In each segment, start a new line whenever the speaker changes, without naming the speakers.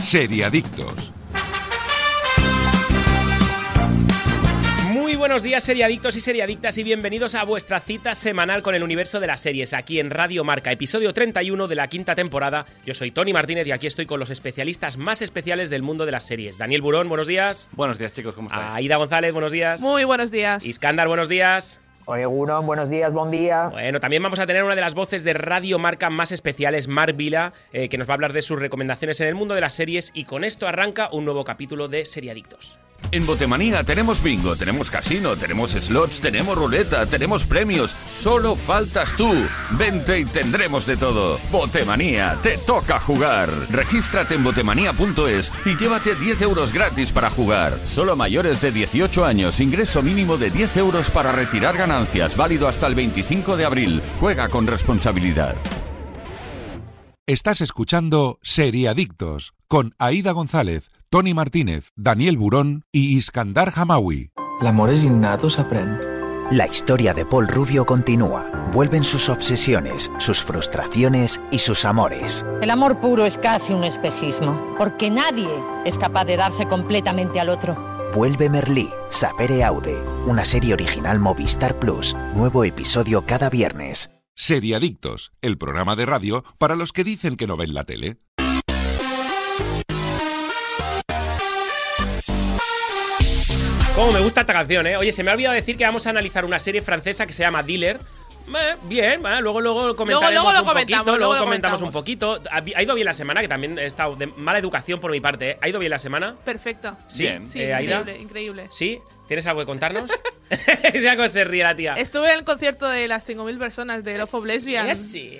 Seriadictos.
Muy buenos días, seriadictos y seriadictas, y bienvenidos a vuestra cita semanal con el universo de las series, aquí en Radio Marca, episodio 31 de la quinta temporada. Yo soy Tony Martínez y aquí estoy con los especialistas más especiales del mundo de las series. Daniel Burón, buenos días.
Buenos días, chicos, ¿cómo estáis?
Aida González, buenos días.
Muy buenos días.
Iskandar, buenos días.
Oye, Gunon, buenos días, buen día.
Bueno, también vamos a tener una de las voces de Radio Marca más especiales, Mar Vila, eh, que nos va a hablar de sus recomendaciones en el mundo de las series y con esto arranca un nuevo capítulo de Seriadictos.
En Botemanía tenemos bingo, tenemos casino, tenemos slots, tenemos ruleta, tenemos premios. Solo faltas tú. Vente y tendremos de todo. Botemanía, te toca jugar. Regístrate en botemanía.es y llévate 10 euros gratis para jugar. Solo mayores de 18 años, ingreso mínimo de 10 euros para retirar ganancias, válido hasta el 25 de abril. Juega con responsabilidad. Estás escuchando Seriadictos con Aida González, Tony Martínez, Daniel Burón y Iskandar Hamawi.
L'amor és innat o s'aprèn?
La historia de Paul Rubio continúa. Vuelven sus obsesiones, sus frustraciones y sus amores.
El amor puro es casi un espejismo, porque nadie es capaz de darse completamente al otro.
Vuelve Merlí, Sapere Aude, una serie original Movistar Plus, nuevo episodio cada viernes.
Seriadictos, el programa de radio para los que dicen que no ven la tele.
Como me gusta esta canción, ¿eh? Oye, se me ha olvidado decir que vamos a analizar una serie francesa que se llama Dealer. Eh, bien, eh, luego, luego lo comentaremos
luego lo
un
comentamos,
poquito,
luego lo
comentamos un
comentamos.
poquito. Ha ha ido bien la semana, que también he estado de mala educación por mi parte. ¿eh? ¿Ha ido bien la semana?
Perfecto.
Sí,
Bien.
Sí,
eh, Aida.
increíble, increíble.
¿Sí? ¿Tienes algo que contarnos? Esa cosa se ríe la tía.
Estuve en el concierto de las 5.000 personas de Love of Lesbian.
Ah. sí.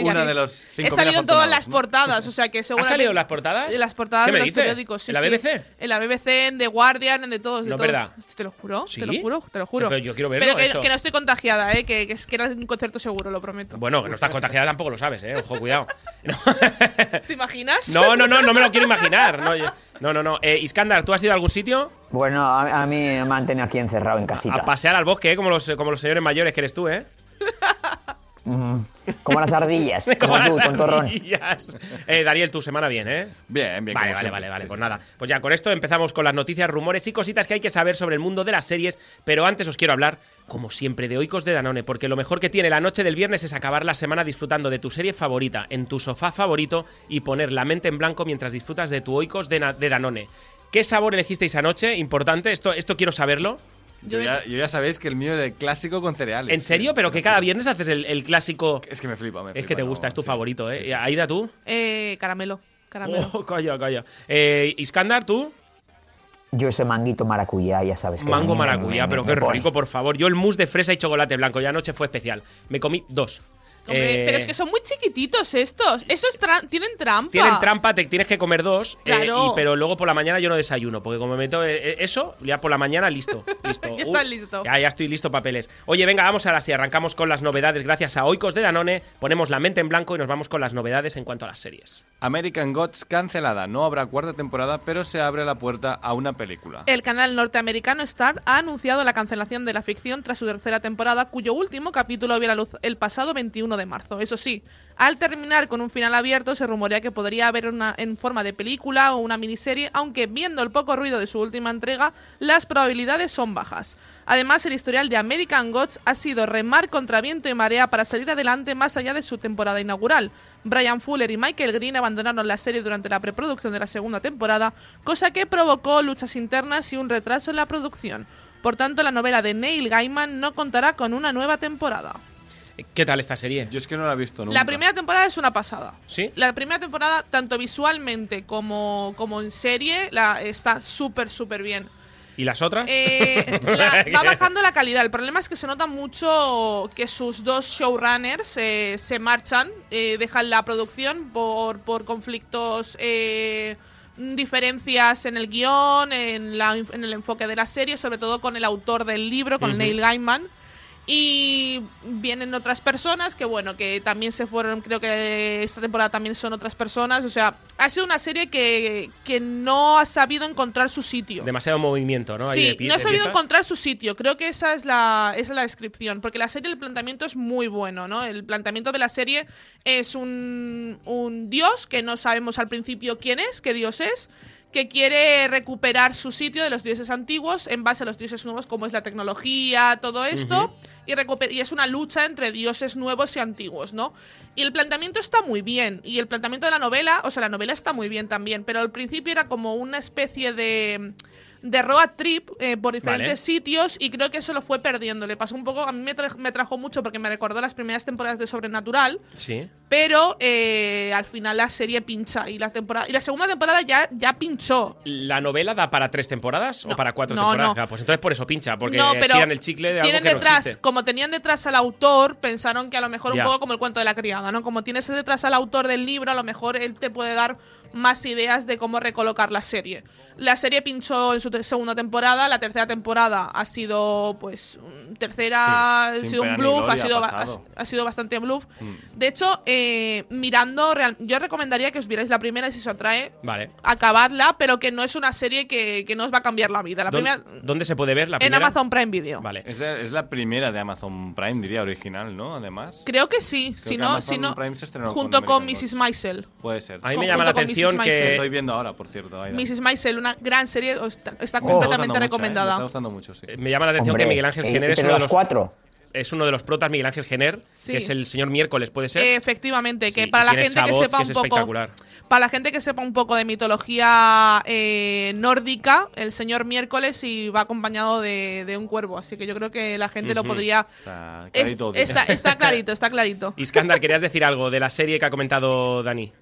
Una de los cinco
He salido en
afortunados,
todas las
¿no?
portadas, o sea que
¿Ha
seguramente…
salido en las portadas?
En las portadas
¿Qué
de
me
los
dices?
periódicos, sí,
¿En la
sí.
BBC?
En la BBC, en The Guardian, en de todos, de
No es
todos.
verdad.
Te lo juro,
¿Sí?
te lo juro, te lo juro.
Pero yo quiero verlo,
Pero que,
eso.
que no estoy contagiada, eh, que, que es que era un concierto seguro, lo prometo.
Bueno, que no estás contagiada tampoco lo sabes, ¿eh? Ojo, cuidado.
¿Te imaginas?
No, no, no, no me lo quiero imaginar. No, yo- no, no. no. Eh, Iskandar, ¿tú has ido a algún sitio?
Bueno, a, a mí me mantiene aquí encerrado en
A
casita.
pasear al bosque, ¿eh? como, los, como los señores mayores que eres tú, ¿eh?
Mm, como las ardillas, como
las
tú, tontorrón.
ardillas. Eh, Daniel, tu semana bien, ¿eh?
Bien, bien.
vale,
como
vale,
siempre.
vale, vale,
Sí,
pues
sí,
nada.
sí.
Pues ya, con esto empezamos con las noticias, rumores y cositas que hay que saber sobre el mundo de las series, pero antes os quiero hablar, como siempre, de Oikos de Danone, porque lo mejor que tiene la noche del viernes es acabar la semana disfrutando de tu serie favorita, en tu sofá favorito y poner la mente en blanco mientras disfrutas de tu Oikos de, na- de Danone. ¿Qué sabor elegisteis anoche? Importante, esto, esto quiero saberlo.
Yo ya, yo ya sabéis que el mío era el clásico con cereales.
¿En serio? ¿Pero que cada viernes haces el, el clásico?
Es que me flipa, me
Es
flipa,
que te
no,
gusta, es tu
sí.
favorito, ¿eh?
Sí, sí.
Aida, tú.
Eh, caramelo, caramelo.
Oh, calla, calla. Eh, Iskandar, tú.
Yo ese manguito maracuyá, ya sabes. que
Mango
me-
maracuyá,
me-
pero
Mm, me
qué
pone.
rico, por favor. Yo el mousse de fresa y chocolate blanco, ya anoche fue especial. Me comí dos.
Hombre,
Eh,
pero es que son muy chiquititos estos. Esos tra- tienen trampa.
Tienen trampa, te tienes que comer dos, eh,
Claro.
y- pero luego por la mañana yo no desayuno, porque como me meto eh, eh, eso, ya por la mañana listo. listo.
Ya estás listo.
Ya, ya estoy listo, papeles. Oye, venga, vamos ahora sí, arrancamos con las novedades gracias a Oikos de Danone, ponemos la mente en blanco y nos vamos con las novedades en cuanto a las series.
American Gods cancelada. No habrá cuarta temporada, pero se abre la puerta a una película.
Eh,
El canal norteamericano Star ha anunciado la cancelación de la ficción tras su tercera temporada, cuyo último capítulo vio la luz el pasado 21 de marzo. Eso sí, al terminar con un final abierto, se rumorea que podría haber una en forma de película o una miniserie, aunque viendo el poco ruido de su última entrega, las probabilidades son bajas. Además, el historial de American Gods ha sido remar contra viento y marea para salir adelante más allá de su temporada inaugural. Brian Fuller y Michael Green abandonaron la serie durante la preproducción de la segunda temporada, cosa que provocó luchas internas y un retraso en la producción. Por tanto, la novela de Neil Gaiman no contará con una nueva temporada.
Eh, ¿Qué tal esta serie?
Yo es que no la he visto nunca.
La primera temporada es una pasada.
¿Sí?
La primera temporada, tanto visualmente como, como en serie, la, está súper, súper bien.
¿Y las otras?
Eh, la- va bajando la calidad. El problema es que se nota mucho que sus dos showrunners eh, se marchan, eh, dejan la producción por, por conflictos, eh, diferencias en el guión, en, la- en el enfoque de la serie, sobre todo con el autor del libro, con Neil Gaiman. Y vienen otras personas que, bueno, que también se fueron, creo que esta temporada también son otras personas. O sea, ha sido una serie que, que no ha sabido encontrar su sitio.
Demasiado movimiento, ¿no? Ahí
Sí,
de pie-
no ha
de
sabido
piezas.
encontrar su sitio. Creo que esa es la, esa es la descripción. Porque la serie, el planteamiento es muy bueno, ¿no? El planteamiento de la serie es un, un dios que no sabemos al principio quién es, qué dios es, que quiere recuperar su sitio de los dioses antiguos en base a los dioses nuevos, como es la tecnología, todo esto. Y, recupe- y es una lucha entre dioses nuevos y antiguos, ¿no? Y el planteamiento está muy bien. Y el planteamiento de la novela, o sea, la novela está muy bien también. Pero al principio era como una especie de de road trip eh, por diferentes
Vale.
sitios y creo que eso lo fue perdiendo. Le pasó un poco, a mí me, tra- me trajo mucho porque me recordó las primeras temporadas de Sobrenatural,
Sí.
pero eh, al final la serie pincha y la temporada y la segunda temporada ya, ya pinchó.
¿La novela da para tres temporadas o
No,
para cuatro
no,
temporadas?
no.
Ah, pues entonces por eso pincha, porque
no, pero
estiran el chicle de algo que
tienen
no
detrás,
existe.
como tenían detrás al autor, pensaron que a lo mejor
Ya.
un poco como el cuento de la criada, ¿no? Como tienes detrás al autor del libro, a lo mejor él te puede dar más ideas de cómo recolocar la serie. La serie pinchó en su te- segunda temporada, la tercera temporada ha sido, pues, mm, tercera,
Sí,
ha
sin
sido un
pena ni
bluff,
gloria
ha sido,
ha
ba- ha,
pasado.
ha sido bastante bluff.
Mm.
De hecho, eh, mirando, real- yo recomendaría que os vierais la primera y si os atrae,
Vale.
acabadla, pero que no es una serie que, que no os va a cambiar la vida. La
¿Dó-
primera,
¿Dónde, se puede ver la
en
primera?
Amazon Prime Video.
Vale.
Es, la- es la primera de Amazon Prime, diría, original, ¿no? Además.
Creo que sí, si
que
no,
Amazon
si no
Prime se estrenó
junto
con
con,
American
Mrs.
Gods.
Maisel.
Puede ser.
A mí me
Con-
llama la
junto con
atención
Mrs.
que-
Que
Maisel.
estoy viendo ahora, por cierto. Aida.
Mrs. Maisel, una gran serie, os- está, está
Me está gustando
completamente
mucho, ¿eh? Me
recomendada.
está gustando mucho, sí.
Me llama la atención
Hombre,
que Miguel Ángel
eh,
Gener es
entre
uno, de
las
los,
cuatro.
es uno de los protas, Miguel Ángel Gener,
Sí.
que es el señor miércoles, ¿puede ser?
Eh, Efectivamente, que
Sí,
para
y
la
tiene
gente
esa
que
voz
sepa
que
un
es
poco.
espectacular.
Para la gente que sepa un poco de mitología eh, nórdica, el señor miércoles y va acompañado de, de un cuervo. Así que yo creo que la gente lo podría.
Está
Es-
clarito, tío.
está, está clarito, está clarito.
Iskandar, querías decir algo de la serie que ha comentado Dani.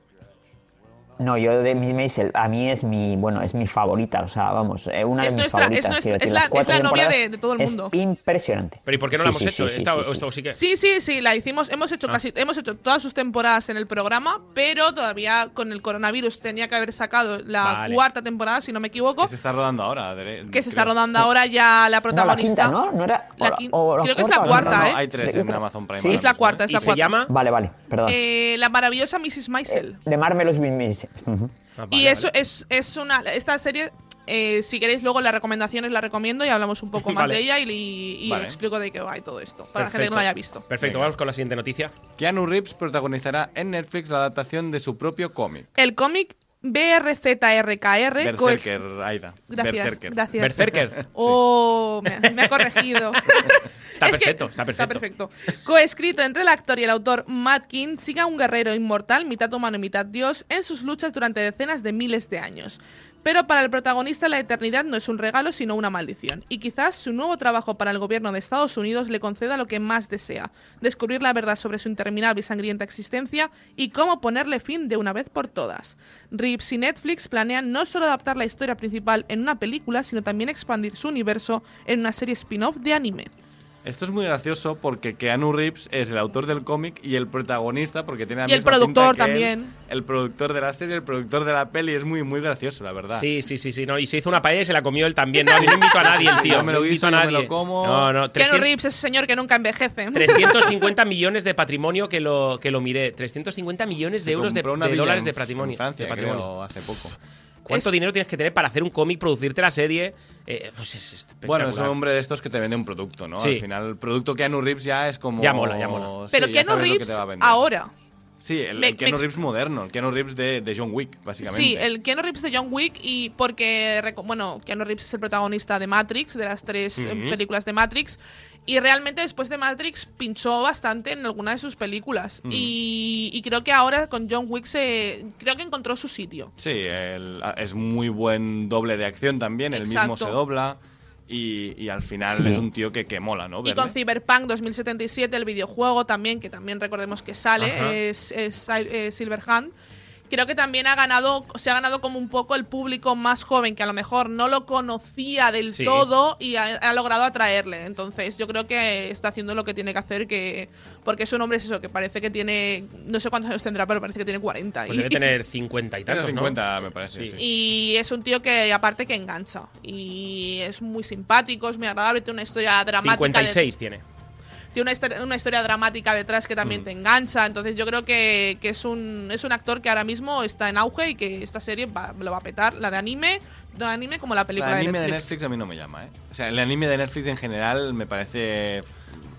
No, yo de Miss Maisel, a mí es mi, bueno, es mi favorita, o sea, vamos, eh, una
Es
de mis
nuestra- es
favoritas.
nuestra-
quiero decir,
es la-
las cuatro
es la novia
temporadas
de- de todo el
es
mundo.
impresionante.
Pero ¿y por qué no
Sí,
la hemos
sí,
hecho?
sí,
Esta-
sí, sí,
esta-
sí.
sí que-
Sí, sí, sí, la hicimos, hemos hecho casi, hemos hecho todas sus temporadas en el programa, pero todavía con el coronavirus tenía que haber sacado la
Vale.
cuarta temporada, si no me equivoco,
Que se está rodando ahora. dere-
que se está
creo.
rodando ahora ya la
No, la
protagonista.
quinta, ¿no? No era.
La
o-
quin-
o
creo que es la
o
No,
cuarta,
no,
¿eh?
hay tres en Amazon Prime.
Sí.
ahora
Es la
mismo,
cuarta,
¿eh?
es
¿Y
la
se
cuarta.
llama?
Vale, vale, perdón.
Eh, la maravillosa Mrs. Maisel.
de Marvelous Miss Maisel. Ujú.
Ah, vale,
y eso
vale.
es, es una. Esta serie, eh, si queréis, luego las recomendaciones la recomiendo y hablamos un poco más
Vale.
de ella y, y- y
Vale.
explico de qué va y todo esto, para la gente que
Perfecto.
no la haya visto.
Perfecto,
Venga.
vamos con la siguiente noticia.
Keanu Reeves protagonizará en Netflix la adaptación de su propio cómic.
El cómic BRZRKR. coes-
Berserker, Aida.
pues, Gracias,
Berserker.
gracias.
Berserker.
Oh, me, me ha corregido.
Está
Es que-
perfecto, está perfecto.
Coescrito entre el actor y el autor Matt King, sigue a un guerrero inmortal, mitad humano y mitad dios, en sus luchas durante decenas de miles de años. Pero para el protagonista la eternidad no es un regalo, sino una maldición. Y quizás su nuevo trabajo para el gobierno de Estados Unidos le conceda lo que más desea, descubrir la verdad sobre su interminable y sangrienta existencia y cómo ponerle fin de una vez por todas. Reeves y Netflix planean no solo adaptar la historia principal en una película, sino también expandir su universo en una serie spin-off de anime.
Esto es muy gracioso porque Keanu Reeves es el autor del cómic y el protagonista porque tiene la
Y el
misma pinta
productor
que él,
también.
el productor de la serie, el productor de la peli. Es muy, muy gracioso, la verdad.
Sí, sí, sí, sí. No, y se hizo una paella y se la comió él también. No, yo no invito a nadie, el tío.
Yo me lo
no
guiso,
invito a
yo me
nadie.
lo como.
No, no.
Keanu
300
Reeves, ese señor que nunca envejece.
350 millones de patrimonio que lo, que lo miré. 350 millones de
Se
euros de,
compró una
de
villa
dólares de
en-
patrimonio.
en Francia,
de patrimonio.
creo, hace poco.
¿Cuánto
Es-
dinero tienes que tener para hacer un cómic, producirte la serie? Eh, pues es espectacular.
Bueno, es un hombre de estos que te vende un producto, ¿no?
Sí.
Al final, el producto Keanu Reeves ya es como.
Ya mola, ya mola.
Sí,
Pero
ya
Keanu
sabes lo que
Reeves
te va a vender.
ahora.
Sí, el,
Me-
el Keanu
me-
Reeves moderno, el Keanu Reeves de, de John Wick, básicamente.
Sí, el Keanu Reeves de John Wick y porque, reco- bueno, Keanu Reeves es el protagonista de Matrix, de las tres eh, películas de Matrix, y realmente después de Matrix pinchó bastante en alguna de sus películas. Y, y creo que ahora con John Wick se creo que encontró su sitio.
Sí, el- es muy buen doble de acción también, el mismo
Exacto.
se dobla. Y, y al final
Sí.
es un tío que, que mola, ¿no?
Y
Verle.
con Cyberpunk 2077, el videojuego también, que también recordemos que
Ajá.
sale, es, es Sil- eh, Silverhand. Creo que también ha ganado, se ha ganado como un poco el público más joven, que a lo mejor no lo conocía del
Sí.
todo y ha, ha logrado atraerle. Entonces, yo creo que está haciendo lo que tiene que hacer, que porque es un hombre, es eso, que parece que tiene, no sé cuántos años tendrá, pero parece que tiene 40.
Pues
y,
debe tener 50 y
Tiene
tantos, ¿no?
50, me parece.
Sí.
sí.
y es un tío que aparte que engancha. Y es muy simpático, es muy agradable, tiene una historia dramática. de-
56 tiene.
tiene una, histor- una historia dramática detrás que
Mm.
también te engancha. Entonces yo creo que, que es, un, es un actor que ahora mismo está en auge y que esta serie va- lo va a petar, la de anime, no de anime como la
El
película
anime
de
de
Netflix.
Netflix a mí no me llama, ¿eh? O sea, el anime de Netflix en general me parece.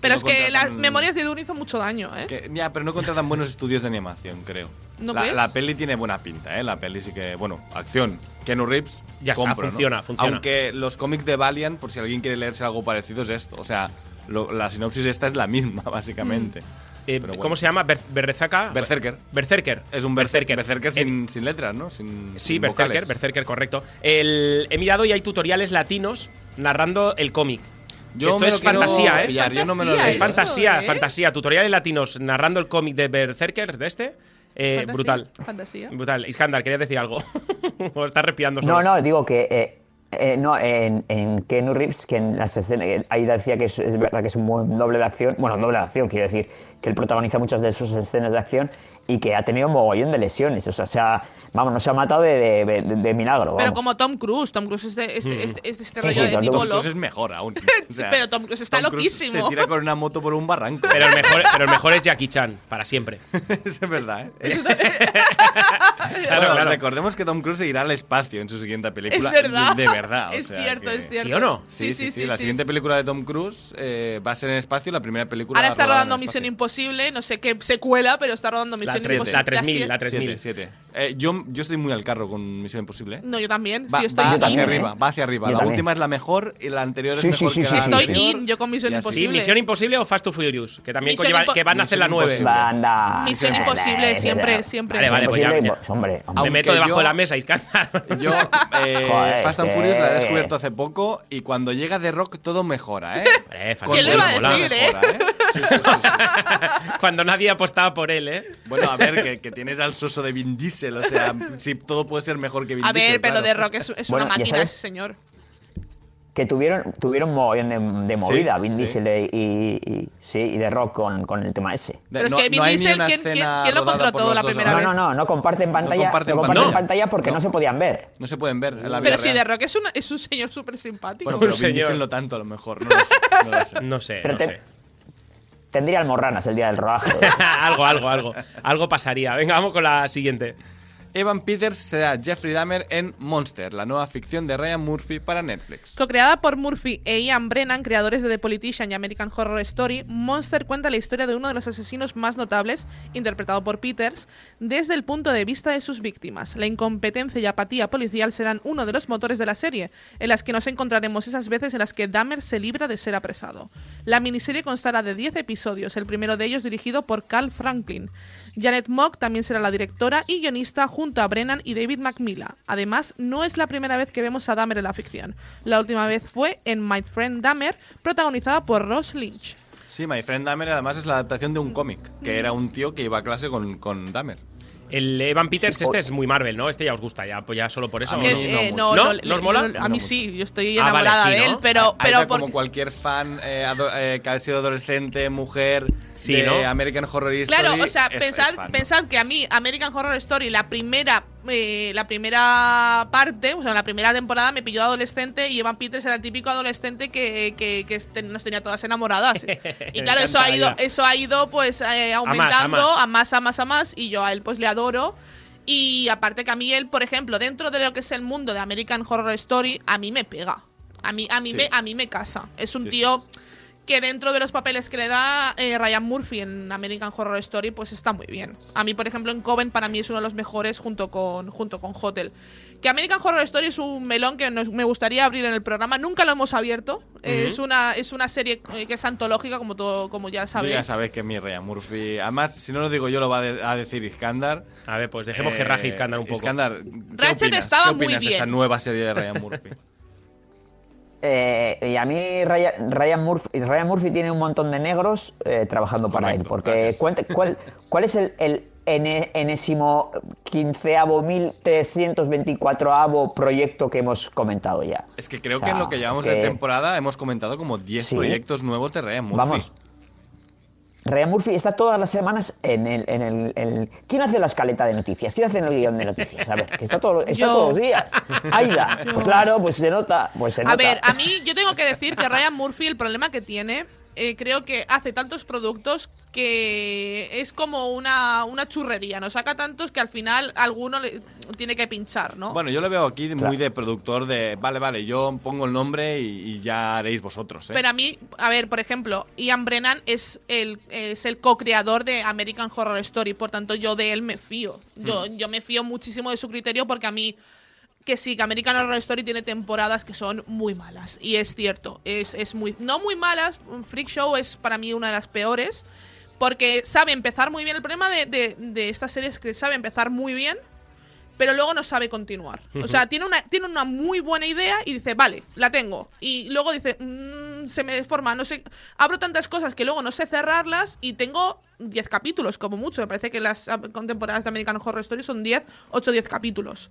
Pero
no
es que las
contratan-
memorias de Dune hizo mucho daño, ¿eh?
que- ya, pero no contratan buenos estudios de animación, creo.
¿No
la,
crees?
la peli tiene buena pinta, ¿eh? La peli sí que. Bueno, acción. Keanu Reeves.
Ya está,
compro, ¿no?
funciona, funciona.
Aunque los cómics de Valiant, por si alguien quiere leerse algo parecido, es esto. O sea, lo- la sinopsis esta es la misma, básicamente.
Mm.
Eh,
Pero bueno.
¿Cómo se llama? Ber- Berrezaca.
Berserker.
Berserker.
Es un berserker.
Eh,
Berserker sin, sin letras, ¿no? Sin,
Sí,
sin
Berserker,
vocales.
Berserker, correcto. El, he mirado y hay tutoriales latinos narrando el cómic.
Yo
Esto
me
es
lo quiero
fantasía, ¿eh?
pillar, yo no me lo
Fantasía,
leí.
Es
Eso,
fantasía,
¿eh?
fantasía. Tutoriales latinos narrando el cómic de Berserker, de este. Eh,
Fantasía,
brutal.
Fantasía.
Brutal. Iskandar, querías decir algo. o estás respirando solo.
No, no, digo que. eh, eh, no, en, en Keanu Reeves, que en las escenas. eh, Ahí decía que es, es verdad que es un buen doble de acción. Bueno, doble de acción, quiero decir, que él protagoniza muchas de sus escenas de acción y que ha tenido mogollón de lesiones. O sea, se ha- vamos, no se ha matado de, de- de- de milagro.
Pero
vamos.
como Tom Cruise, Tom Cruise es de este,
Mm.
este, este, este
Sí,
rollo
sí,
de
Tom
Nico
Cruise
Love.
Entonces es mejor aún. O sea,
Pero Tom Cruise está loquísimo.
se tira con una moto por un barranco.
Pero el, mejor, pero el mejor es Jackie Chan, para siempre.
Eso es verdad, ¿eh?
Claro,
Bueno,
claro.
Recordemos que Tom Cruise irá al espacio en su siguiente película.
Es verdad.
De verdad. o
es
sea
cierto,
que-
es cierto.
¿Sí o no?
Sí, sí, sí. la siguiente película de Tom Cruise eh, va a ser en el espacio. La primera película.
Ahora está
rodada en
rodando
el
Misión
espacio.
Imposible, no sé qué secuela, pero está rodando
La,
Misión
tres-
Imposible.
la 3000,
siete.
la 3000.
Siete, siete. Eh, yo, yo estoy muy al carro con Misión Imposible. ¿eh?
No, yo también.
Va,
Mm, sí, estoy
va
Yo
in.
hacia
también,
arriba,
¿eh?
va hacia arriba.
Yo
la
también.
última es la mejor y la anterior es
Sí,
mejor
sí,
que
sí,
la
sí, sí.
Estoy
anterior.
in, yo con Misión
Y así.
Sí,
Imposible.
Misión Imposible o Fast to Furious, que también
Misión
conlleva-
impo-
que van a hacer la
Misión
9.
imposible.
Va, anda.
Misión Imposible, siempre, siempre.
Vale, vale, pues ya,
Imposible,
ya.
pues, hombre, hombre.
Me
Aunque
meto debajo
yo-
de la mesa, Iskandar.
Yo, eh,
Joder,
Fast and
que-
Furious la he descubierto hace poco y cuando llega The Rock todo mejora, ¿eh?
Hombre, Fast
Con
and
¿Quién lo iba a
Rock mola,
decir, eh?
Sí, sí, sí, sí.
Cuando nadie apostaba por él, ¿eh?
Bueno, a ver, que, que tienes al soso de Vin Diesel, o sea, si todo puede ser mejor que Vin
A
Diesel.
ver, pero
claro.
de Rock es, es
Bueno,
una
ya
máquina
sabes.
ese señor.
que tuvieron tuvieron mogollón de, de movida Vin
sí.
Diesel y, y- y- sí y de Rock con, con el tema ese
De-
Pero es que Vin
hay ni
Diesel,
una
¿quién- quién-
escena
quién lo
rodada
contrató
por los
la
dos,
primera
no
vez?
no no no comparten pantalla no
comparten
comparten,
pantalla.
pantalla porque no.
No.
se podían ver
No se pueden ver en la vida
Pero si
real.
de Rock es, una- es un señor súper simpático.
Bueno, pero
Un
Vin
señor.
Diesel no tanto, a lo mejor. No lo sé. no lo sé.
No sé,
Pero
no
te-
sé.
tendría almorranas el día del rodaje
algo, algo, algo. Algo pasaría. Venga, vamos con la siguiente.
Evan Peters será Jeffrey Dahmer en Monster, la nueva ficción de Ryan Murphy para Netflix.
Co-creada por Murphy e Ian Brennan, creadores de The Politician y American Horror Story, Monster cuenta la historia de uno de los asesinos más notables, interpretado por Peters, desde el punto de vista de sus víctimas. La incompetencia y apatía policial serán uno de los motores de la serie, en las que nos encontraremos esas veces en las que Dahmer se libra de ser apresado. La miniserie constará de 10 episodios, el primero de ellos dirigido por Carl Franklin. Janet Mock también será la directora y guionista junto a Brennan y David McMillan. Además, no es la primera vez que vemos a Dahmer en la ficción. La última vez fue en My Friend Dahmer, protagonizada por Ross Lynch.
Sí, My Friend Dahmer además es la adaptación de un cómic, que era un tío que iba a clase con, con Dahmer.
El Evan Peters, este es muy Marvel, ¿no? Este ya os gusta, ya, pues ya solo por eso.
A
¿o
mí
no?
no.
Que, eh,
mucho.
¿No?
le-
¿Nos mola?
A
No
mí
mucho.
sí, yo estoy
Ah, vale,
enamorada
sí,
de
¿no?
él, pero, pero
Aida,
por-
como cualquier fan eh, ado- eh, que ha sido adolescente, mujer,
Sí,
de
¿no?
American Horror Story.
Claro, o sea,
es- es
pensad,
fan, ¿no?
pensad que a mí American Horror Story, la primera, eh, la primera parte, o sea, la primera temporada me pilló adolescente y Evan Peters era el típico adolescente que, que- que este- nos tenía todas enamoradas. y claro,
Me
eso ha
encanta,
ido,
ya.
eso ha ido pues eh, aumentando
más.
a más, a más, a más, y yo a él pues le adoro. Y aparte que a mí él, por ejemplo, dentro de lo que es el mundo de American Horror Story, a mí me pega. A mí, a mí,
Sí.
me, a mí me casa. Es un
Sí, sí.
tío que dentro de los papeles que le da eh, Ryan Murphy en American Horror Story, pues está muy bien. A mí, por ejemplo, en Coven para mí es uno de los mejores junto con, junto con Hotel. Que American Horror Story es un melón que nos- me gustaría abrir en el programa. Nunca lo hemos abierto. Eh, es, una, es una serie eh, que es antológica, como, todo, como ya
Yo
sabéis.
ya sabéis que es mi Ryan Murphy. Además, si no lo digo yo, lo va a, de- a decir Iskandar.
A ver, pues dejemos que
Eh,
raje Iskandar un poco.
Iskandar, ¿qué
Ratchet
opinas?
estaba
¿Qué
muy
opinas de esta
bien.
nueva serie de Ryan Murphy?
Eh, y a mí Ryan, Ryan Murphy, Ryan Murphy tiene un montón de negros eh, trabajando para
Correcto,
él. Porque
gracias.
cuenta- ¿cuál, ¿cuál es el, el ene- enésimo quinceavo, mil trescientos veinticuatroavo proyecto que hemos comentado ya?
Es que creo
O sea,
que en lo
Ah,
que
es
llevamos
que-
de temporada hemos comentado como 10
Sí.
proyectos nuevos de Ryan Murphy.
Vamos. Ryan Murphy está todas las semanas en el, en el, el- ¿Quién hace la escaleta de noticias? ¿Quién hace el guión de noticias? A ver, que está, todo, está
Yo.
todos los días. Aida,
Yo.
pues claro, pues se nota. Pues se
A
nota.
ver, a mí yo tengo que decir que Ryan Murphy el problema que tiene eh, creo que hace tantos productos que es como una, una churrería, ¿no? Saca tantos que al final alguno le- tiene que pinchar, ¿no?
Bueno, yo lo veo aquí de- muy
Claro.
de productor de, vale, vale, yo pongo el nombre y, y ya haréis vosotros, ¿eh?
Pero a mí, a ver, por ejemplo, Ian Brennan es el, es el co-creador de American Horror Story, por tanto yo de él me fío. Yo, yo me fío muchísimo de su criterio porque a mí, que sí, que American Horror Story tiene temporadas que son muy malas. Y es cierto, es, es muy, no muy malas, Freak Show es para mí una de las peores, porque sabe empezar muy bien. El problema de, de- de estas series es que sabe empezar muy bien. Pero luego no sabe continuar. O sea, tiene una, tiene una muy buena idea y dice, vale, la tengo. Y luego dice, "Mm, se me forma, no sé. Abro tantas cosas que luego no sé cerrarlas y tengo 10 capítulos, como mucho. Me parece que las ah, contemporáneas de American Horror Story son 10, 8, 10 capítulos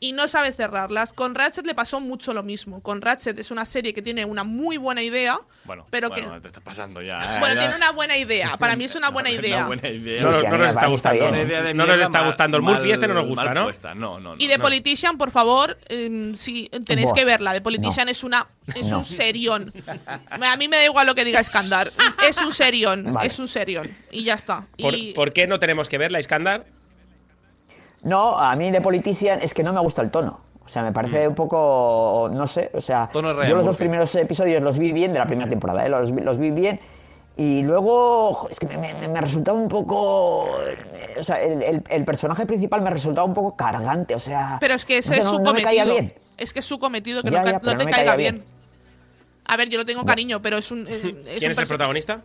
y no sabe cerrarlas. Con Ratchet le pasó mucho lo mismo. Con Ratchet es una serie que tiene una muy buena idea,
bueno,
pero
bueno,
que
te está pasando ya.
bueno, tiene una buena idea. Para mí es una buena idea.
Una buena idea.
No,
Sí,
no-
sí,
no
a mí
nos
me
está
parece
gustando.
bien. ¿eh?
Idea de
No nos
mierda
está
mal-
gustando. El Murphy
mal-
este no nos gusta,
mal
¿no?
puesta. No, no, no.
Y The
no.
Politician, por favor, em, si tenéis
Buah,
que verla. The Politician es una es
No.
un serión. A mí me da igual lo que diga Skandar. Es un serión,
Vale.
es un serión y ya está.
¿Por,
Y-
por qué no tenemos que verla, Iskandar?
No, a mí de Politician es que no me gusta el tono. O sea, me parece un poco, no sé, o sea,
Tono Ryan
yo los dos
Murphy.
primeros episodios los vi bien de la primera temporada, ¿eh? los, vi- los vi bien. Y luego, jo, es que me, me- me resultaba un poco, o sea, el, el- el personaje principal me resultaba un poco cargante, o sea,
Pero es que ese
no sé,
es
no-
su
no me
cometido.
caía bien.
Es que es su cometido que
Ya,
no, ca-
ya,
no
pero
te
no me
caiga
caía
bien.
bien.
A ver, yo lo tengo cariño, pero es un. eh, es
¿Quién
un
es el
perso-
protagonista?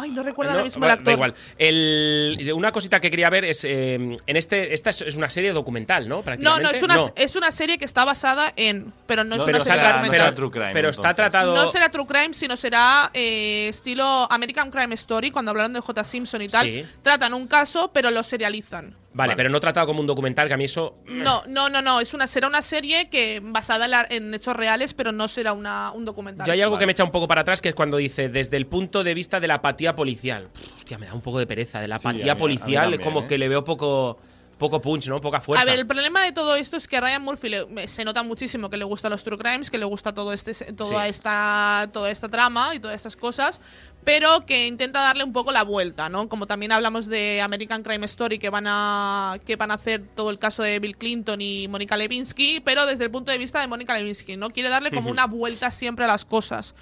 Ay, no recuerdo
No,
ahora mismo
va-
el
da
actor.
igual. El- una cosita que quería ver es. eh, en este, esta es, es una serie documental, ¿no?
No,
Prácticamente.
no, es una, es una serie que está basada en. Pero no es
No,
una
Pero
no
serie
está, tra-
no
documental.
pero-
será true crime,
pero está
entonces.
tratado.
No será True Crime, sino será eh, estilo American Crime Story, cuando hablaron de J. Simpson y tal.
Sí.
Tratan un caso, pero lo serializan.
Vale, pero no tratado como un documental, que a mí eso.
No, no, no, no. Es una, será una serie que basada en, la- en hechos reales, pero no será una, un documental.
Yo hay algo que me echa un poco para atrás, que es cuando dice, desde el punto de vista de la apatía policial. Pff, Hostia, me da un poco de pereza, de la
Sí, a mí-
apatía
a mí
policial,
también,
como
¿eh?
que le veo poco, poco punch, ¿no? Poca fuerza.
A ver, el problema de todo esto es que a Ryan Murphy le- me- se nota muchísimo que le gustan los true crimes, que le gusta todo este, toda
Sí.
esta, toda esta trama y todas estas cosas, pero que intenta darle un poco la vuelta, ¿no? Como también hablamos de American Crime Story que van a que van a hacer todo el caso de Bill Clinton y Mónica Lewinsky, pero desde el punto de vista de Mónica Lewinsky, ¿no? Quiere darle como una vuelta siempre a las cosas.